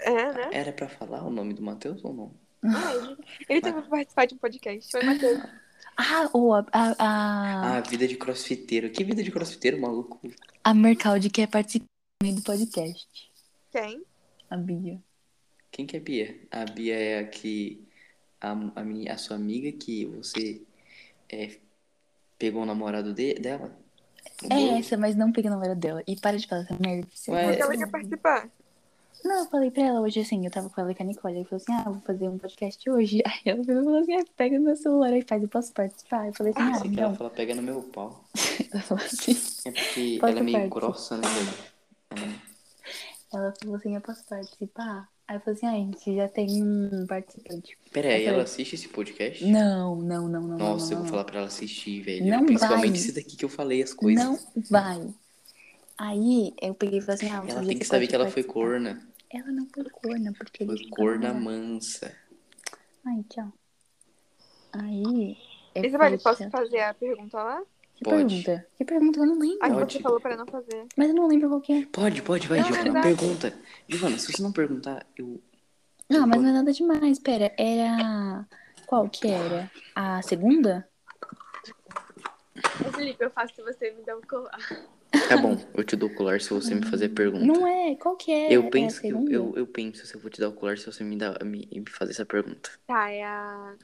É, né?
Era pra falar o nome do Matheus ou não?
Ah, ele- ele também foi participar de um podcast. Foi Matheus.
Ah, ou a, a, a,
Ah, vida de crossfiteiro. Que vida de crossfiteiro, maluco?
a Mercaldi quer participar também do podcast.
Quem?
A Bia.
Quem que é a Bia? A Bia é a que. A, a, meni- a sua amiga que você é, pegou o namorado de, dela?
É essa, mas não peguei o número dela. E para de falar essa merda. Você
Ué.
não
Porque ela
sabe.
quer participar.
Não, eu falei pra ela hoje assim, eu tava com ela e com a Nicole. Ela falou assim, ah, eu vou fazer um podcast hoje. Aí ela virou e falou assim, ah, pega meu celular e faz, eu posso participar. Eu falei assim, ah,
Pensei que ela
então.
fala, pega no meu pau.
Ela falou assim,
É porque
Pode
ela é meio
parte.
grossa, né? velho?
ela falou assim, eu posso participar? Aí eu falei assim, ah, a gente já tem um participante.
Pera aí,
Eu falei-
ela assiste esse podcast?
Não, não, não, não.
Nossa,
não, não,
eu vou
não.
falar pra ela assistir, velho.
Não
Principalmente
vai.
esse daqui que eu falei as coisas.
Não vai. Aí eu peguei e falei assim, ah, outro
Ela
dia
tem que
você
saber
pode
que ela foi
participar.
corna.
Ela não foi corna, porque
Foi
ele
corna mansa.
Ai, tchau. Aí. eu falei
Isa, vale, posso
pra ela,
fazer a pergunta lá?
Que
Pode.
pergunta? Que pergunta? Eu não
A
lembro.
que
Pode.
você falou pra não fazer.
Mas eu não lembro qual que é.
Pode, pode, vai,
Não,
Giovana.
vai.
Pergunta. Giovana, se você não perguntar, eu.
Não, mas não é nada demais. Pera, era. Qual que era? A segunda?
Ô, Felipe, eu faço se você me dá um colar.
Tá bom, eu te dou o colar se você me fazer pergunta.
Não é? Qual que é?
Eu penso
é a
que
segunda?
eu, eu, eu penso se eu vou te dar o colar se você me, dá, me, me fazer essa pergunta.
Tá, é a.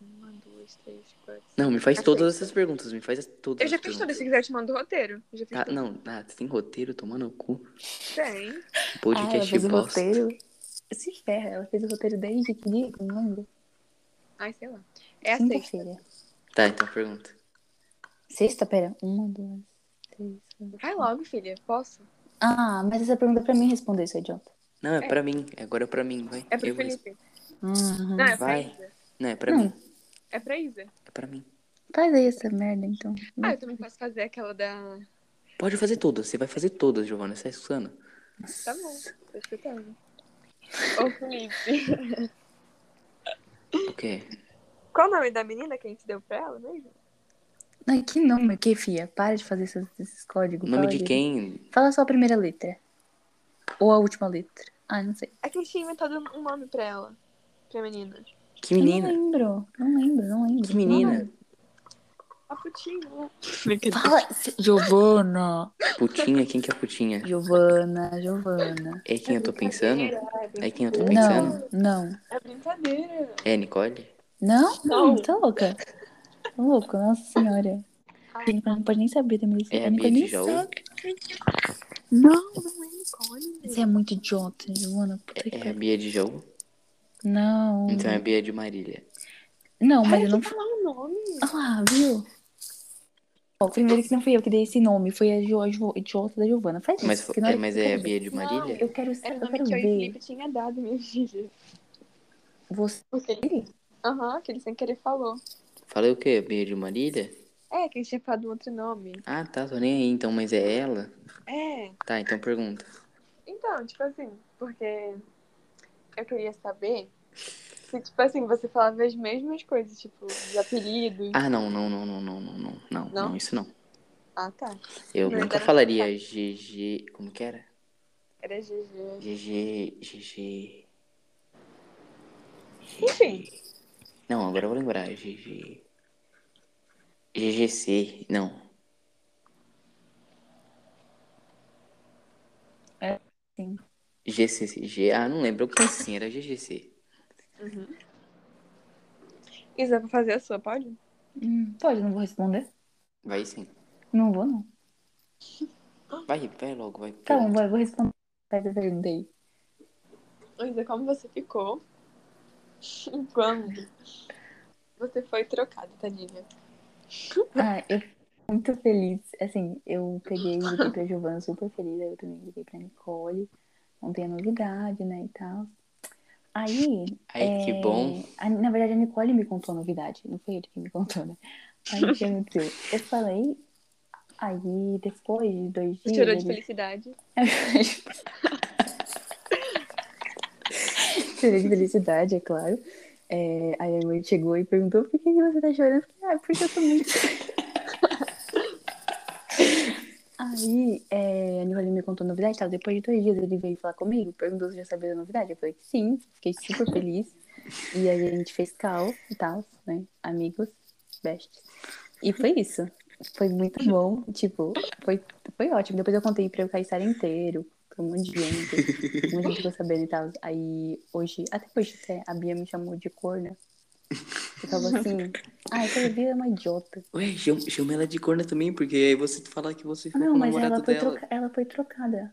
Uma, duas, três, quatro.
Não, me faz
Tá
Aceito.
todas essas perguntas, me faz todas
Eu já
as
fiz tudo,
perguntas.
se quiser eu te mando o roteiro. Eu já fiz
Tá,
tudo.
não, ah, você tem roteiro tomando o cu.
Tem.
Ah, ela
Podcast
fez o
bosta.
roteiro. Se ferra, ela fez o roteiro desde que dia? que eu Não lembro.
Ai, sei lá. É a sexta.
Quinta-feira.
Tá, então pergunta.
Sexta, pera. Uma, duas, três. quatro.
Vai logo, filha. Posso?
Ah, mas essa pergunta é pra mim responder, seu idiota.
Não, é,
É.
pra mim. Agora é pra mim, vai.
É pro
Eu vou resp-
Felipe.
Uhum.
Não, é pra
Vai.
Isa.
Não, é pra
Não.
mim.
É pra Isa.
É pra mim.
Faz aí essa merda, então.
Ah, eu também posso fazer aquela da.
Pode fazer todas, você vai fazer todas, Giovana. Você é Susana.
Tá bom, tô escutando. Ô, Felipe.
O quê?
Qual o nome da menina que a gente deu pra ela mesmo?
Ai, que nome? Que fia? Para de fazer esses, esses códigos.
Nome
Fala
de
aí.
quem?
Fala só a primeira letra. Ou a última letra. Ah, não sei.
É que a gente tinha inventado um nome pra ela. Pra menina.
Que
Eu
menina?
Não é lembro. Não lembro, não lembro.
Que menina?
A putinha, né?
Não lembro. Fala. Giovana.
Putinha, quem que é putinha?
Giovana, Giovana.
É quem eu tô pensando?
É
É quem eu tô pensando?
Não, não.
É brincadeira.
É, Nicole?
Não?
Não.
Tá louca? Tá louca, nossa senhora. A gente não pode nem saber da Melissa.
É a
a Nicole
Bia de
nem
Jaú?
sabe.
Não, não é Nicole.
Você é muito idiota, Giovana. Puta que
É a
pariu.
Bia de Jaú?
Não.
Então é a Bia de Marília.
Não, mas eu não
falar o nome.
Ah lá, viu? Ó, primeiro que não fui eu que dei esse nome, foi a Jo- a Jo- idiota da Giovana. Faz isso.
Mas,
que não
é, mas é a
eu,
Bia de Marília?
eu quero,
Era
eu
o É, nome
quero
que eu e o
ver
Felipe tinha dado, minha filha.
você.
Porque ele. Aham, que ele sem querer falou.
Falei o quê? Bia de Marília?
É, que ele tinha falado um outro nome.
Ah, tá, tô nem aí. Então, mas é ela?
É.
Tá, então pergunta.
Então, tipo assim, porque eu queria saber se, tipo assim, você falava as mesmas coisas, tipo, os apelidos.
Ah, não, não, não, não, não, não, não, não,
Não?
não, isso não.
Ah, tá.
Eu
Não, tá.
nunca
era-
falaria GG. Como que era?
Era GG.
GG. GG.
Enfim.
Não, agora eu vou lembrar. GG. GGC. Não.
É, sim.
GCC. G... Ah, não lembro. Eu pensei assim, era GGC.
Uhum. Isa, vou fazer a sua, pode?
Hum, pode, não vou responder.
Vai sim.
Não vou, não.
Vai, vai logo, vai.
Tá bom, vai, eu vou responder. Pega a pergunta aí.
Luísa, como você ficou quando você foi trocada, tadinha?
Ah, eu fico muito feliz. Assim, eu peguei e liguei pra Giovana super feliz. Aí eu também liguei pra Nicole. Não tem novidade, né? E tal. Aí.
Ai,
é,
que bom.
a- na verdade, a Nicole me contou a novidade. Não foi ele que me contou, né? Aí o que aconteceu? Eu falei. Aí depois de dois
Você
dias.
chorou de
ele-
felicidade.
Chorei de felicidade, é claro. É, aí a mãe chegou e perguntou por que que você tá chorando. Eu falei, ah, porque eu tô muito. aí é, a Nicole me contou a novidade e tal. Depois de dois dias ele veio falar comigo, perguntou se eu já sabia da novidade. Eu falei que sim, fiquei super feliz. E aí a gente fez cal e tal, né? Amigos, bestes. E foi isso. Foi muito bom. Tipo, foi, foi ótimo. Depois eu contei pra o Caissara inteiro. Foi um monte de gente. Muita gente ficou sabendo e tal. Aí hoje, até hoje até, a Bia me chamou de corna. Eu tava assim, ai, essa Bia é uma idiota.
Ué, chama, chama ela de corna também, porque aí você fala que você
Ah,
ficou
não,
com o
mas
namorado
ela foi,
dela.
troca- ela foi trocada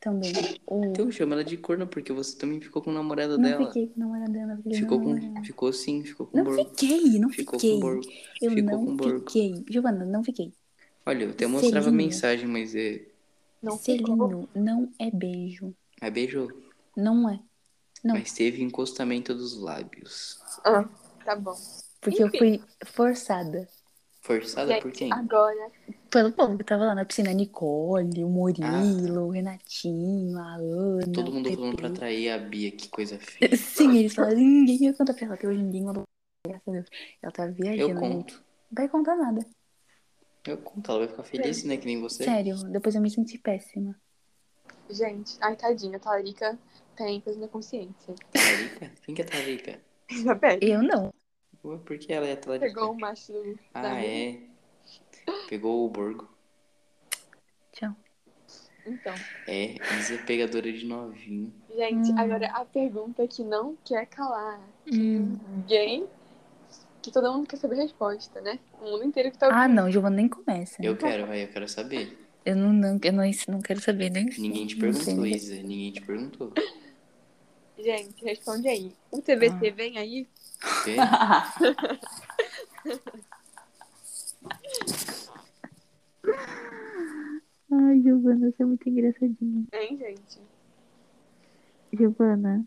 também. O...
Então chama ela de corna, porque você também ficou com o namorado
Não
dela.
fiquei com namoradana, filha.
Ficou
não,
com. Ficou sim, ficou com
Ah. Não
borgo.
fiquei, não
Ficou
fiquei.
com borgo.
Eu
ficou
não
com um borgo.
fiquei. Giovana, não fiquei.
Olha, eu até mostrava a
Selinho.
mensagem, mas é.
Não ficou.
Selinho não é beijo.
Mas beijou.
Não é. Não.
Mas teve encostamento dos lábios.
Ah, tá bom.
Porque eu fui forçada.
Forçada por quem?
Agora,
Pelo povo que tava lá na piscina, a Nicole, o Murilo,
Ah.
o Renatinho, a Ana.
Todo
o
mundo
Pepe.
falando pra atrair a Bia, que coisa feia.
Sim, eles falaram, ninguém ia contar pra ela. Até hoje ninguém mandou. Graças a Deus. Ela tá viajando.
Eu
né?
conto.
Não vai contar nada.
Eu conto, ela vai ficar feliz, né? Que nem você.
Sério, depois eu me senti péssima.
gente. Ai, tadinha, a Talarica tem coisa na consciência.
Talarica? Quem que é Talarica?
Isabel
Eu não.
Ué, Por que ela é Talarica?
pegou
um
o macho do. da
Ah,
mina.
é. Pegou o Borgo.
Tchau.
Então,
É, Isa é pegadora de novinho.
gente,
Hum.
agora a pergunta que não quer calar.
Hum.
Ninguém. Que todo mundo quer saber a resposta, né? O mundo inteiro que tá
Ah, não, Giovana nem começa.
Eu quero, vai, eu quero saber.
Eu não, não, eu não, não quero saber, nem.
Ninguém te
não sei,
perguntou,
né?
Isa. Ninguém te perguntou.
Gente, responde aí. O TBT vem aí?
Ok?
Ai, Giovana, você é muito engraçadinha.
Hein, gente?
Giovana.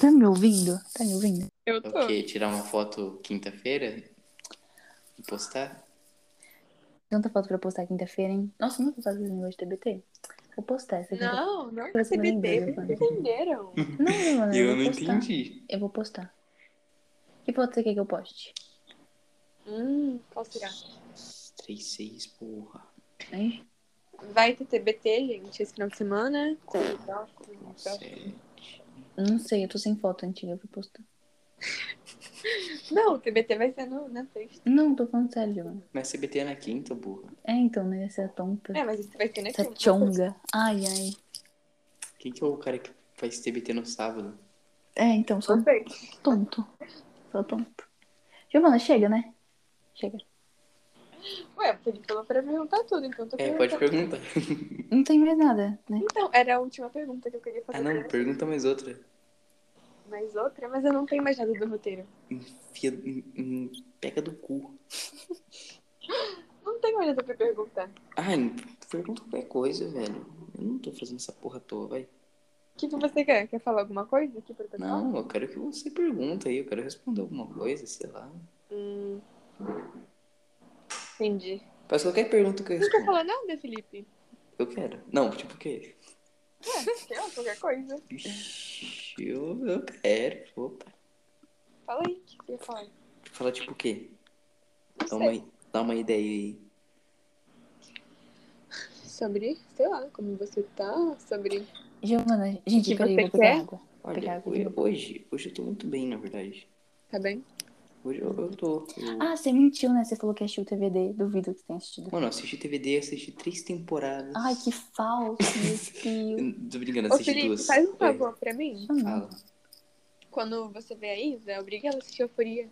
Tá me ouvindo? Tá me ouvindo?
Eu tô.
Ok, É tirar uma foto quinta-feira e postar?
Tanta foto pra postar quinta-feira, hein? Nossa, nunca faz esse negócio de TBT. Vou postar essa quinta-feira.
Não, não é
Você não
TBT,
entendeu,
vocês
né?
entenderam.
Não, Giovana,
Eu
vou
não
postar.
entendi.
Eu vou postar. Que foto você quer que eu poste?
hum, qual será?
3-6, porra.
Hein?
Vai ter TBT, gente, esse final de semana. Com o bloco, com o bloco.
Sério.
Não sei, eu tô sem foto antiga pra postar.
Não, o TBT vai ser no, na sexta.
Não, tô falando sério, Giovana.
Mas CBT é na quinta, burra.
É, então, né? Essa tonta.
É, mas isso vai ser na
Essa
quinta.
chonga. Ai, ai.
Quem que é o cara que faz CBT no sábado?
É, então, só
Perfeito.
tonto. Só tonto. Giovana, chega, né? Chega.
Ué, ele falou pra perguntar tudo, então eu tô
É, pode
perguntando.
perguntar.
Não tem mais nada, né?
Então, era a última pergunta que eu queria fazer.
Ah, não,
pra você.
pergunta mais outra.
Mais outra, mas eu não tenho mais nada do roteiro.
Fia, hum, hum, pega do cu.
Não tenho mais nada pra perguntar.
Ai, Ah, pergunta qualquer coisa, velho. Eu não tô fazendo essa porra à toa, vai.
O que, que você quer? Quer falar alguma coisa aqui pra pessoal?
Não, eu quero que você pergunta aí. Eu quero responder alguma coisa, sei lá.
Hum. Entendi.
Faz qualquer pergunta que eu
Não quer
respondo.
falar nada, Felipe?
Eu quero. Não, tipo o quê?
É, quer qualquer coisa.
Ixi, Eu, eu quero. Opa.
Fala aí, o que você ia falar?
Falar tipo o quê?
Não
Dá
sei.
uma, dá uma ideia aí.
Sobre, sei lá, como você tá, sobre...
Giovana, gente,
que
peraí,
você
vou pegar
quer?
água. Pegar
Olha,
água de
hoje,
novo.
hoje, hoje eu tô muito bem, na verdade.
Tá bem?
Hoje eu, eu tô. eu-
Ah, você mentiu, né? Você falou que assistiu o TVD. Duvido que você tenha assistido.
Mano, eu assisti TVD, assisti três temporadas.
Ai, que falso, meu filho.
Eu Tô brincando,
Ô,
assisti
Felipe,
duas.
faz um
Oi,
favor pra mim.
Ah, não.
Fala.
Quando você vê a Isa, obriga ela a assistir Euforia.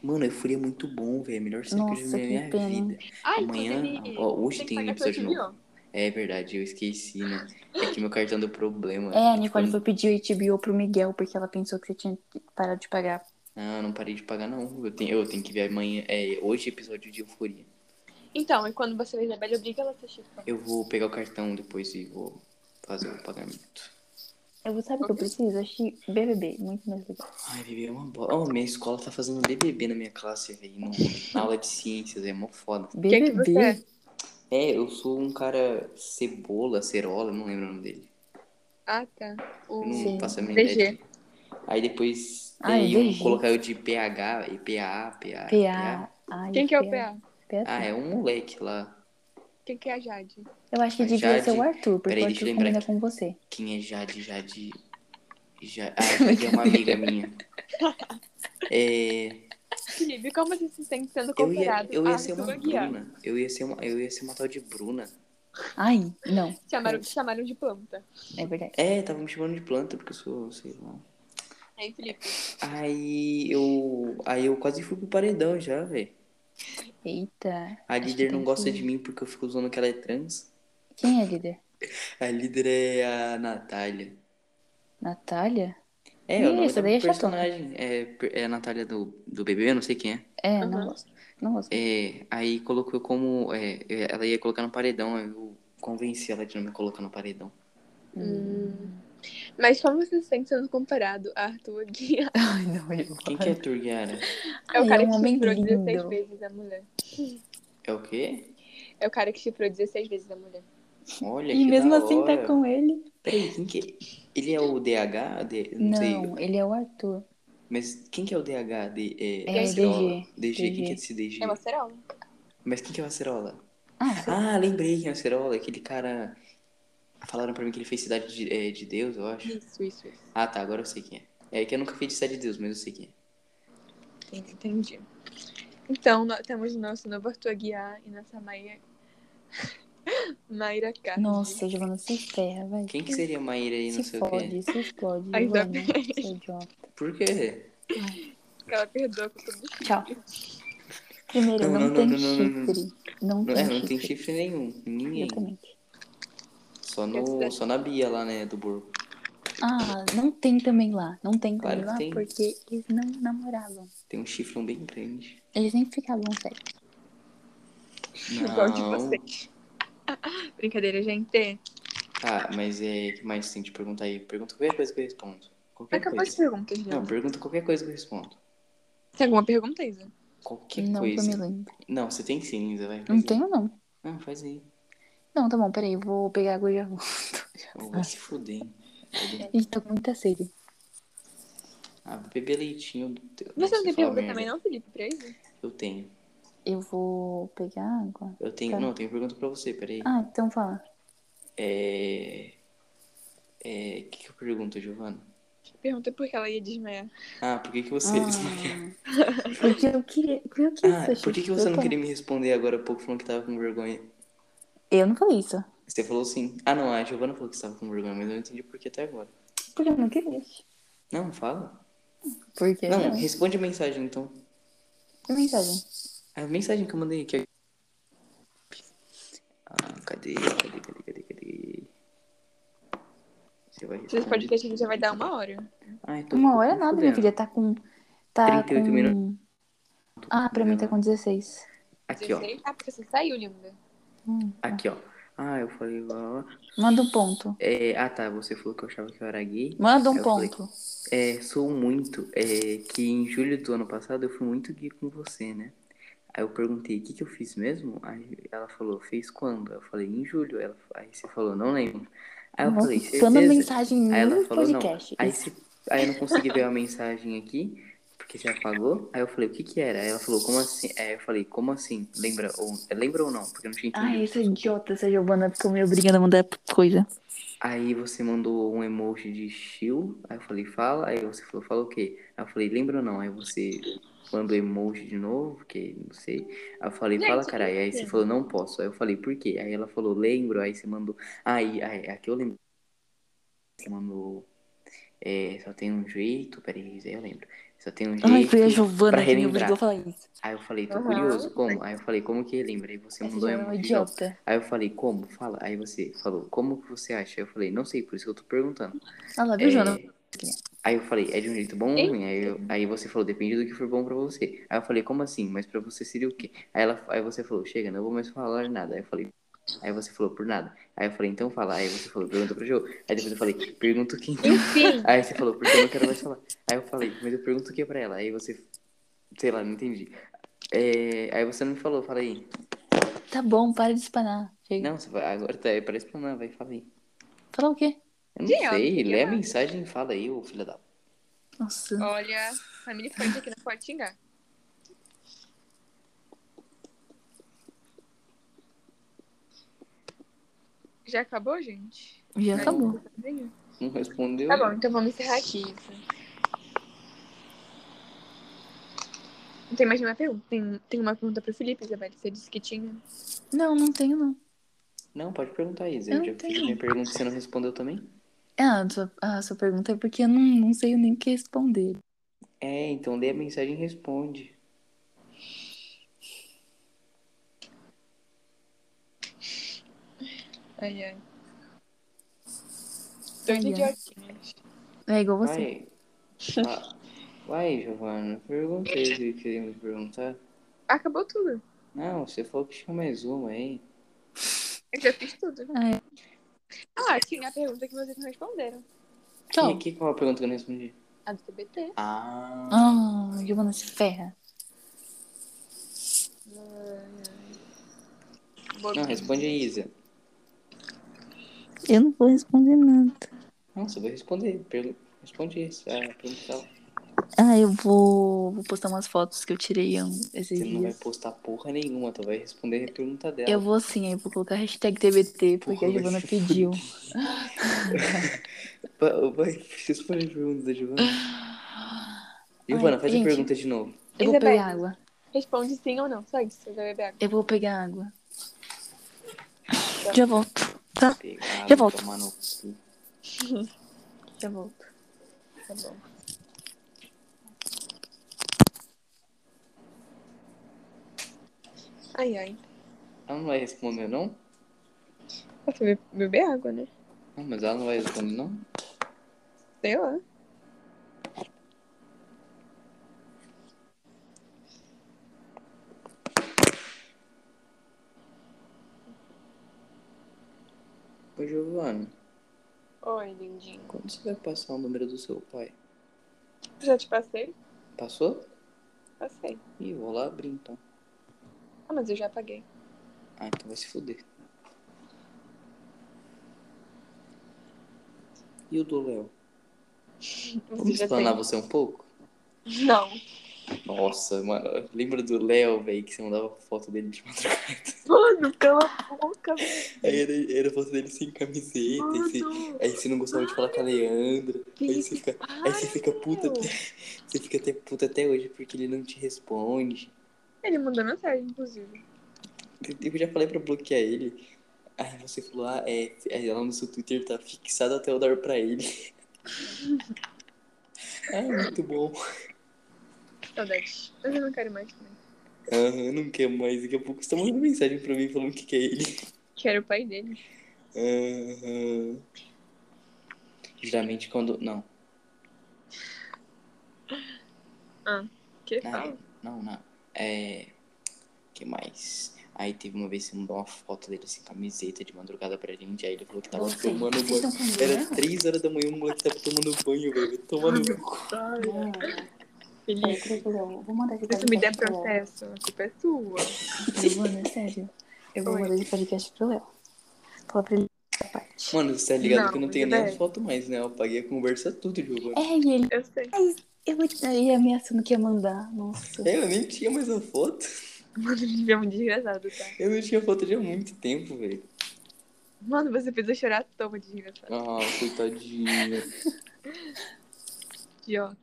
Mano, a Euforia é muito bom, velho. Melhor série que eu já
Nossa,
vi na
que
minha
pena.
vida.
Ai,
Amanhã,
inclusive,
ó, hoje
tem que
tem um
pagar pelo
episódio novo.
HBO.
É verdade, eu esqueci, né? É que meu cartão deu problema.
É, a
Tipo,
Nicole foi pedir o HBO pro Miguel porque ela pensou que você tinha parado de pagar.
Não, eu Ah, não parei de pagar, não. Eu tenho, eu tenho que ver amanhã. É, hoje episódio de euforia.
Então, e quando você vê Isabelle, obriga ela a assistir.
Eu vou pegar o cartão depois e vou fazer o pagamento.
Eu vou saber o que eu preciso? Eu achei BBB, muito mais legal.
Ai, bebê, é uma bola. Oh, minha escola tá fazendo BBB na minha classe, velho. no- Na aula de ciências, é mó foda.
que que
BBB?
você é?
É, eu sou um cara cebola, cerola, não lembro o nome dele.
Ah, tá. O...
Eu não
Sim.
faço a minha
VG.
ideia. de- Aí depois
Ah, é
daí eu
VG.
colocar eu de PH e PA, PA,
PA. Ai,
Quem que é o
PA?
PA?
Ah, é um moleque lá.
Quem que é a Jade?
Eu acho que
Mas
devia
Jade-
ser o Arthur, porque
Peraí,
o
deixa
Arthur
eu lembrar
combina
aqui.
com você.
Quem é Jade, Jade. Jade. Ah, Jade é uma amiga minha. É.
Felipe, como você se sente sendo
Eu ia,
comparado
eu ia
a
ser uma
Arthur Aguiar?
Bruna. Eu ia ser uma, eu ia ser uma tal de Bruna.
Ai, não,
Chamaram, te chamaram de planta.
é verdade.
É, tava me chamando de planta, porque eu sou, sei lá.
Aí, Felipe,
Aí eu. Aí eu quase fui pro paredão já, velho.
Eita.
A
Acho que
líder
tem
não gosta
que-
de mim porque eu fico usando que ela é trans.
Quem é líder?
A líder é a Natália.
Natália?
É, o nome
Isso,
da
daí é chatão.
personagem é, per- é a Natália do, do bebê, eu não sei quem é.
É,
Aham.
não gosto. Não gosto.
É, aí colocou eu como. é, ela ia colocar no paredão, aí eu convenci ela de não me colocar no paredão. Hum.
Hum.
mas como você se sente sendo comparado a Arthur Aguiar?
Ai, não, eu
Quem que é a Turgiara?
É o
Ai,
cara
é um
que
homem
chifrou 16
lindo.
vezes a mulher.
É o quê?
É o cara que chifrou 16 vezes a mulher.
Olha
E
que
mesmo
da
assim
hora.
tá com ele?
Peraí, quem que Ele é o DH? De... Não, sei.
Não, ele é o Arthur.
Mas quem que é o DH? De...
É,
Acerola?
DG.
DG. Quem que
DG.
é esse DG?
É uma cerola.
Mas quem que é o Acerola?
Ah, sim.
Ah, lembrei quem é o Acerola. Aquele cara... Falaram pra mim que ele fez Cidade de, eh, de Deus, eu acho.
Isso, isso, isso.
Ah, tá. Agora eu sei quem é. É que eu nunca fiz Cidade de Deus, mas eu sei quem é.
Entendi. Então, nós temos nosso novo Arthur Aguiar e nossa Maia... Mayra Cardi.
Nossa, Giovana, se ferra, vai.
Quem que seria a Maíra aí, não
Se
sei o quê?
fode, se explode.
Ai, tá
Giovana, seu idiota.
Por quê?
Que ela perdoa com tudo.
Tchau. Primeiro,
Não,
não,
não,
tem
não, não, não, não.
chifre. Não,
Não,
tem
é, não tem
chifre.
chifre nenhum. em Ninguém.
Exatamente.
Só, no, só na Bia lá, né? Do Burro.
Ah, não tem também lá. Não tem também
Claro que
lá
tem.
porque eles não namoravam.
Tem um chifrão bem grande.
Eles nem ficavam sério.
Igual de
Não.
vocês. Brincadeira, gente.
Tá, mas é o que mais tem de perguntar aí? Pergunta qualquer coisa que eu respondo. Qualquer
Acabou as
coisa.
perguntas, né?
Não, pergunta qualquer coisa que eu respondo.
Tem alguma pergunta, Isa?
Qualquer
não que eu me
coisa. é.
lembro.
Não, você tem sim, Isa, vai.
Não
faz aí.
tenho, não.
Não, faz aí.
Não, tá bom, peraí. eu Vou pegar água e já vou.
Ô, Vai se fuder, hein?
Ih, tô com muita sede.
Ah, vou beber leitinho. do teu-
Você não
Nossa,
tem
fala
pergunta
merda.
também, não, Felipe, pra Isa?
Eu tenho.
Eu vou pegar água.
Eu tenho.
Tá.
Não, eu tenho pergunta pra você, peraí.
Ah, então fala.
É. É. O que, que eu pergunto, Giovana?
Pergunta por que ela ia desmaiar.
Ah, por que, que você desmaiou?
Ah, porque eu queria. Por que eu queria
Ah,
isso,
por que, que
gente?
você não
Opa.
queria me responder agora há pouco falando que tava com vergonha?
Eu não falei isso.
Você falou sim. Ah, não, a Giovana falou que você tava com vergonha, mas eu não entendi por que até agora.
Porque eu não queria.
Não, fala.
Porque.
Não, responde a mensagem então.
Que mensagem?
A mensagem que eu mandei aqui. Ah, cadê? Cadê, cadê, cadê, cadê? Você vai
Esse
responder.
podcast ele já vai dar uma hora.
Ai, tô
Uma hora
me
nada, minha
fudendo.
filha. Tá com. Tá
38
com...
minutos.
Ah, pra mim tá com 16.
Aqui, ó.
16. Ah, porque você saiu, linda.
Hum.
Aqui, ó. Ah, eu falei. ó, ó.
Manda um ponto.
É, ah, tá. Você falou que eu achava que eu era gay.
Manda um
Eu falei-
ponto.
É, sou muito. É, que em julho do ano passado eu fui muito gay com você, né? Aí eu perguntei, o que que eu fiz mesmo? Aí ela falou, fez quando? Eu falei, em julho. Ela, aí você falou, não lembro. Aí eu falei,
Manda
certeza?
mensagem
Aí ela
no
falou, não.
podcast.
Aí, se, aí eu não consegui ver a mensagem aqui, porque você apagou. Aí eu falei, o que que era? Aí ela falou, como assim? Aí eu falei, como assim? Lembra ou, lembra ou não? Porque eu não tinha entendido.
Ai, essa idiota, essa Giovana ficou me obrigando a mandar coisa.
Aí você mandou um emoji de chill, aí eu falei, fala, aí você falou, fala o quê? Aí eu falei, lembra ou não? Aí você mandou emoji de novo, porque não sei. Aí eu falei, fala,
Gente,
caralho. Aí
por quê?
você falou, não posso. Aí eu falei, por quê? Aí ela falou, lembro, aí você mandou. Aí, aí aqui eu lembro. "É, Você mandou. é, só tem um jeito, peraí, aí eu lembro. Só Só tem um jeito.
Ai, foi a
pra
Giovana que me
relembrar.
obrigou a falar isso.
Aí eu falei, tô
Aham.
curioso, como? Aí eu falei, como que lembra? Aí você
Essa
mandou
Giovana
um
é
uma
uma idiota.
Aí eu falei, como? Fala. Aí você falou, como que você acha? Eu falei, não sei, por isso que eu tô perguntando.
Olha
Tá
lá, viu,
É,
Joana?
Aí eu falei, é de um jeito bom ou
Eita.
ruim? Aí, eu- aí você falou, depende do que for bom pra você. Aí eu falei, como assim? Mas pra você seria o quê? Aí, ela, aí você falou, chega, não vou mais falar nada. Aí eu falei, aí você falou, por nada. Aí eu falei, então fala. Aí você falou, pergunta pro jogo. Aí depois eu falei, pergunta o que então?
Enfim.
Aí você falou, porque eu não quero mais falar. Aí eu falei, mas eu pergunto o que pra ela? Aí você, sei lá, não entendi. É, aí você não me falou, fala aí.
Tá bom, para de espanar. Chega.
Não, você vai- agora tá, é pra explanar, vai, fala aí.
Falar o quê?
Eu não
Sim, eu
sei,
não
lê a
nada.
mensagem e fala aí, ô filha da.
Nossa.
Olha, família forte aqui não pode xingar. Já acabou, gente?
Já
Mais
acabou.
alguma coisinha?
Não respondeu.
Tá bom, então vamos encerrar aqui. Não tem mais nenhuma pergunta? Tem, tem uma pergunta pro Felipe, Isabelle. Você disse que tinha.
Não, não tenho, não.
Não, pode perguntar, Isa.
Eu
Eu
não
já fiz
tenho.
minha pergunta e você não respondeu também?
Ah, a sua, a sua pergunta é porque eu não, não sei nem o que responder.
É, então lê a mensagem e responde.
Ai, ai.
Ai,
Dois
ai.
idiotinhas.
É igual você.
Vai. Ah, vai, Giovana. Pergunta aí o que queria me perguntar.
Acabou tudo.
Não, você falou que tinha mais uma aí.
Eu já fiz tudo.
Ai.
Ah, tinha a pergunta que vocês não responderam.
E
Tchau.
que qual a pergunta que eu não respondi?
A do TBT.
Ah.
Ah, Giovana se ferra.
Não, responde aí, Isa.
Eu não vou responder nada.
Não, você vai responder. Pergu- Responde isso. Ah, pergunta dela.
Ah, eu vou, vou postar umas fotos que eu tirei um- esses
Você não vai
dias.
postar porra nenhuma, tu vai responder a pergunta dela.
Eu vou sim, aí eu vou colocar a hashtag TBT, porque
Porra,
a Giovana
vai se
pediu.
Vai, vai, preciso fazer a pergunta da Giovana. Giovana, faz
gente.
a pergunta de novo.
Eu vou
Isabela.
pegar água.
Responde sim ou não. Só isso. Você vai beber água.
Eu vou pegar água. Já volto.
Pegar,
Já volto.
tomar no cu.
Já volto.
Tá bom. Ai, ai.
Ela não vai responder, não?
Posso be- beber água, né?
Não, Ah, mas ela não vai responder, não?
Sei lá.
Ô, Giovana,
Oi, lindinho.
quando você vai passar o número do seu pai?
Já te passei?
Passou?
Passei.
Ih, vou lá abrir então.
Ah, mas eu já apaguei.
Ah, então vai se fuder. E o do Léo?
Você
Vamos
já
explanar
tem?
você um pouco?
Não.
Nossa, mano, lembra do Léo, velho, que você mandava foto dele de madrugada?
Mano, cala a boca,
Aí era, era foto dele sem camiseta, aí você,
mano.
aí você não gostava de falar com a Leandra, aí você fica, aí você fica puta,
meu.
até- você fica até puta até hoje porque ele não te responde.
Ele mandou mensagem, inclusive.
Eu já falei pra bloquear ele. Aí você falou, ah, é, aí ela no seu Twitter tá fixada até eu dar pra ele. ah, muito bom.
Saudades. Mas eu não quero mais também.
Aham, não quer mais. Daqui a pouco você tá mandando mensagem pra mim falando que quer ele.
Quero o pai dele.
Aham. Geralmente quando. Não.
Que
Ah,
fala?
não, não. É. que mais? Aí teve uma vez que mandou uma foto dele sem camiseta de madrugada pra gente. Aí ele falou que tava
Voltei.
tomando
Vocês estão
banho.
com
Era
medo, né?
3 horas da manhã o moleque tava tomando banho, velho. Tomando banho.
Não. Peraí,
Felipe.
peraí, peraí, Ah, é, eu Vou mandar esse
Se tu me
podcast
der
pro Léo.
processo, a culpa é sua.
Giovana, sério. Eu vou
Oi.
mandar esse podcast pro Léo. Fala pra ele essa parte.
Mano, você tá ligado
Não,
que eu não tenho
velho.
nem foto mais, né? Eu apaguei a conversa tudo, Giovana.
É, e ele,
Eu sei.
eu, ele ameaçando que ia mandar. Nossa.
É, eu nem tinha mais a foto.
Mano, ele é um desgraçado, tá?
Eu não tinha foto já há muito tempo, velho.
Mano, você fez eu chorar à toa, desgraçado.
Ah, coitadinha.
Idiota.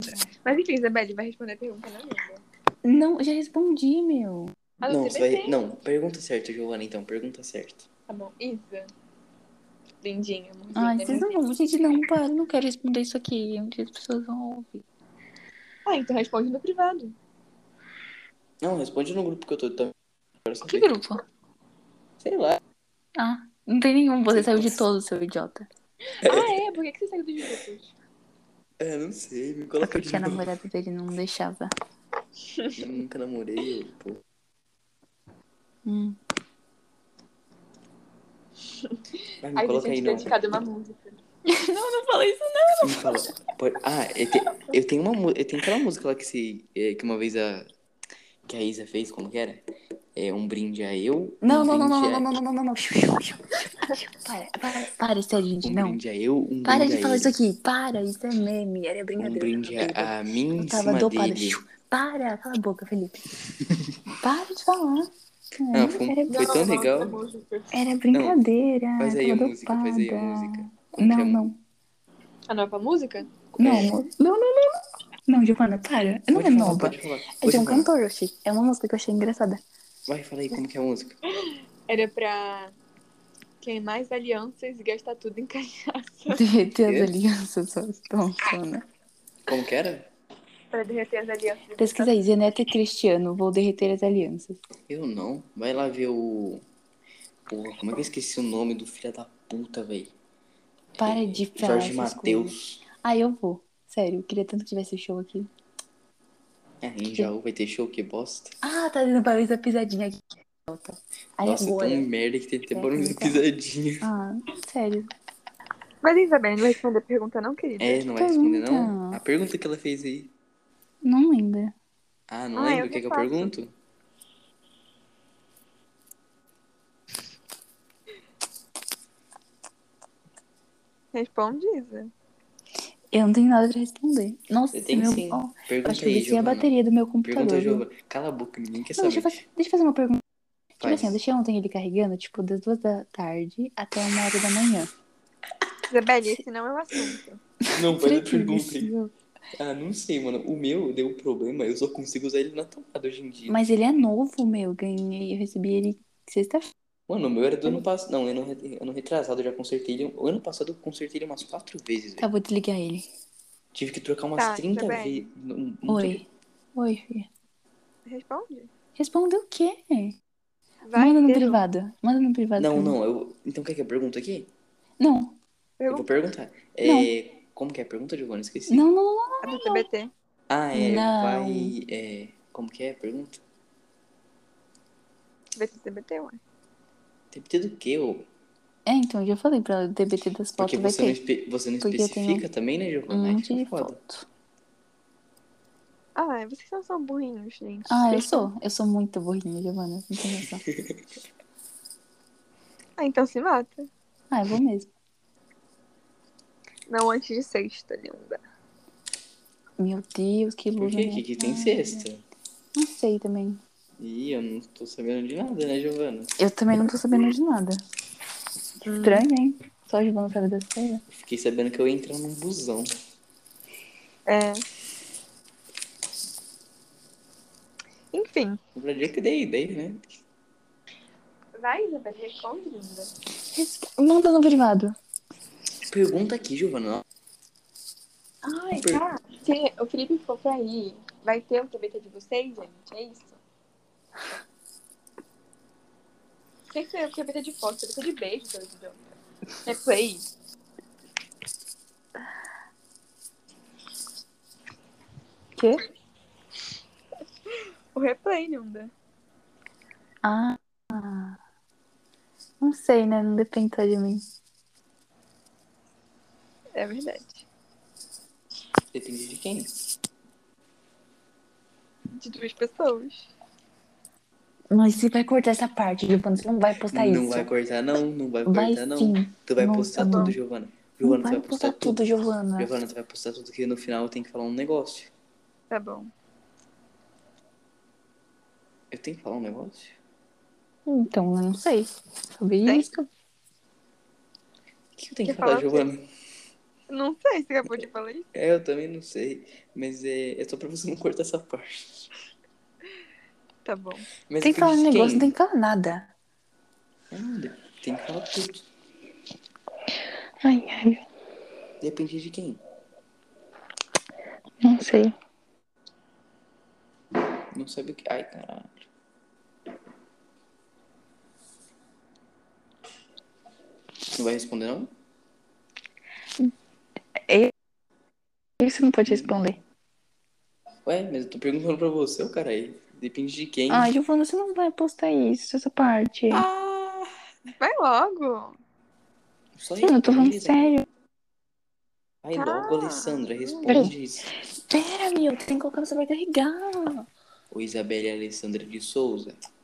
Mas enfim, Isabelle, vai responder a pergunta né, na minha.
Não, já respondi, meu.
Ah,
não,
você
você
vai
vai... não, pergunta certa, Giovana, então. Pergunta certa.
Tá bom. Isa. Lindinha, amorzinha.
Ai, vocês não vão. Gente, não, para. eu Não quero responder isso aqui. Um dia as pessoas vão ouvir.
Ah, então responde no privado.
Não, responde no grupo que eu tô também. Quero saber.
Que grupo?
Sei lá.
Ah, não tem nenhum. Você saiu de todos, seu idiota.
Ah, é? Por que, que você saiu dos grupos?
É, não sei, me coloca de
Porque a
novo.
namorada dele não deixava.
Eu nunca namorei, pô.
Hum.
Aí
Vai, me
você
coloca
tinha te
aí,
tá
não.
dedicado uma música.
Não falei isso.
Me fala. Pode- Ah, eu, te- eu tenho uma mu- eu tenho aquela música lá que se eh, que uma vez a que a Isa fez, como que era? É um brinde a eu.
Não,
um
não, não, não,
brinde
não,
a-
não, não, não, não, não. Para, para, para, isso é gente,
Um
não.
brinde a eu, um
Para
brinde
de
a
falar
ele,
isso aqui. Para, isso é meme. Era brincadeira.
Um brinde
Felipe.
a, a mim
Eu
em
tava
cima
dopada.
dele.
Para, cala a boca, Felipe. Para de falar.
Não, foi-
era,
Foi tão
não, não,
legal.
essa música.
era brincadeira.
Faz aí a
tava
música, faz aí a
dopada.
música. Como que
Não,
é a
não.
A nova música?
Não,
É.
amor. não, não, não. Não, Giovana, para. Não
Pode
é
falar,
nova.
pode falar,
É de
pode
um
falar.
cantor, eu achei. É uma música que eu achei engraçada.
Vai, fala aí como que é a música.
Era pra queimar as alianças e gastar tudo em cachaça.
Derreter
Quê?
as alianças, só estão sona.
Como que era?
Pra derreter as alianças. e
Pesquisa aí, Zeneta e Cristiano, vou derreter as alianças.
Eu não. Vai lá ver o. Porra, como é que eu esqueci o nome do filho da puta, velho? É,
Para de falar
Jorge
essas coisas.
Matheus.
Ah, eu vou. Sério, eu queria tanto que tivesse show aqui.
É, em Jaú vai ter show, que bosta.
Ah, tá dando barulho da pisadinha aqui. Volta. Aí
Nossa,
agora.
tão merda que tem um até
É,
barulho de
então.
pisadinha.
Ah, sério.
Mas Isabelle não vai responder a pergunta, não, querida?
É, não vai responder não?
Pergunta.
A pergunta que ela fez aí.
Não lembro.
Ah, não
Ah, eu
lembro o que,
que
que eu
faço.
pergunto?
Responde, Isa.
Eu não tenho nada pra responder. Nossa,
Você tem
meu...
sim.
ó, eu acho
Pergunta
que eu
aí,
desci a
Giovana.
bateria do meu computador.
Pergunta,
viu?
Giovana. Cala a boca, ninguém quer
Não,
saber.
deixa eu, fazer, deixa eu fazer uma pergunta. Tipo
Faz.
assim, eu deixei ontem ele carregando, tipo, das duas da tarde até uma hora da manhã.
Isabelle, esse não é o assunto.
Não, faz a
Será que ele
pergunta aí.
desceu?
Ah, não sei, mano. O meu deu um problema, eu só consigo usar ele na tomada hoje em dia.
Mas ele é novo, meu. Ganhei, eu recebi ele sexta-feira.
Mano, o meu era do ano passado. Não, ano, re- ano retrasado eu já consertei ele. O ano passado eu consertei ele umas quatro vezes, velho.
Tá, vou desligar ele.
Tive que trocar umas
Tá,
30
tudo bem.
vezes. Não- não tô-
Oi. Oi, filha.
Responde.
Respondeu o quê?
Vai,
Manda no
Pedro.
privado. Manda no privado.
Não,
pra mim.
não, eu. Então quer que eu pergunte aqui?
Não.
Eu vou
Pergunta
perguntar. É, Como que é a pergunta, Giovana? Esqueci.
Não, não, não, não.
do TBT.
Ah, é.
Não.
Vai. é, como que é a pergunta?
Vê se TBT, ué.
TBT do quê? ô?
É, então, eu já falei pra ela, o DBT das
Porque
fotos vai
você
ter.
não, espe- você não
Porque eu tenho
especifica também, né,
Um
Giovana? Aí
monte
fica
de
foda.
foto.
Ah, vocês não são burrinhos, gente.
Ah, eu sou. Eu sou muito burrinha, Giovana. Não tem noção. é.
Ah, então se mata.
Ah, eu vou mesmo.
Não antes de sexta, linda.
Meu Deus, que
Por
luz.
quê?
na minha
Que, que tem
cara.
sexta?
Não sei também.
Ih, eu não tô sabendo de nada, né, Giovana?
Eu também não tô sabendo de nada. Estranho, hein? Só Giovana sabe das coisas.
Fiquei sabendo que eu ia entrar num busão.
É. Enfim.
Na verdade, eu que dei a ideia, né?
Vai, Isabelle, responde, linda.
Resp- Manda no privado.
Pergunta aqui, Giovana.
Ai, tá. Se o Felipe for pra ir, vai ter o TBT de vocês, gente? É isso? Tem que ser o TBT de foto, TBT de beijo, seu idiota. É play.
Quê?
O replay, linda.
Ah. Não sei, né? Não depende só de mim.
É verdade.
Depende de quem.
De duas pessoas.
Mas você vai cortar essa parte, Giovana. Você não vai postar
não
isso.
vai cortar, não. Não vai cortar,
Tá Vai
não.
sim.
Tu vai
Não,
postar
tá bom.
tudo, Giovana. Giovana,
não
tu
vai postar tudo, Giovana.
Giovana, tu vai postar tudo que no final tem que falar um negócio.
Tá bom.
Eu tenho que falar um negócio?
Então, eu não sei. Sobre
Tem?
isso.
O que eu tenho que
Quer
falar,
falar o quê?
Giovana?
Não sei se acabou de falar isso.
É, eu também não sei. Mas é, é só pra você não cortar essa parte.
Tá bom.
Mas
Tem que falar um
depende de
negócio,
quem.
não tem que falar nada.
É, não, de- tem que falar tudo.
Ai, ai,
Depende de quem.
não sei.
Não sabia o que. Ai, caralho. Não vai responder, não?
Isso não pode responder.
Ué, mas eu tô perguntando pra você, ô caralho. Depende de quem.
Ah, Giovana, você não vai postar isso, essa parte.
Ah,
Vai logo.
só
Sim, eu tô falando
beleza.
sério.
Ai, logo, Alessandra,
Peraí.
responde isso.
Pera, meu, tu tem que colocar, você vai carregar.
O Isabelle Alessandra de Souza.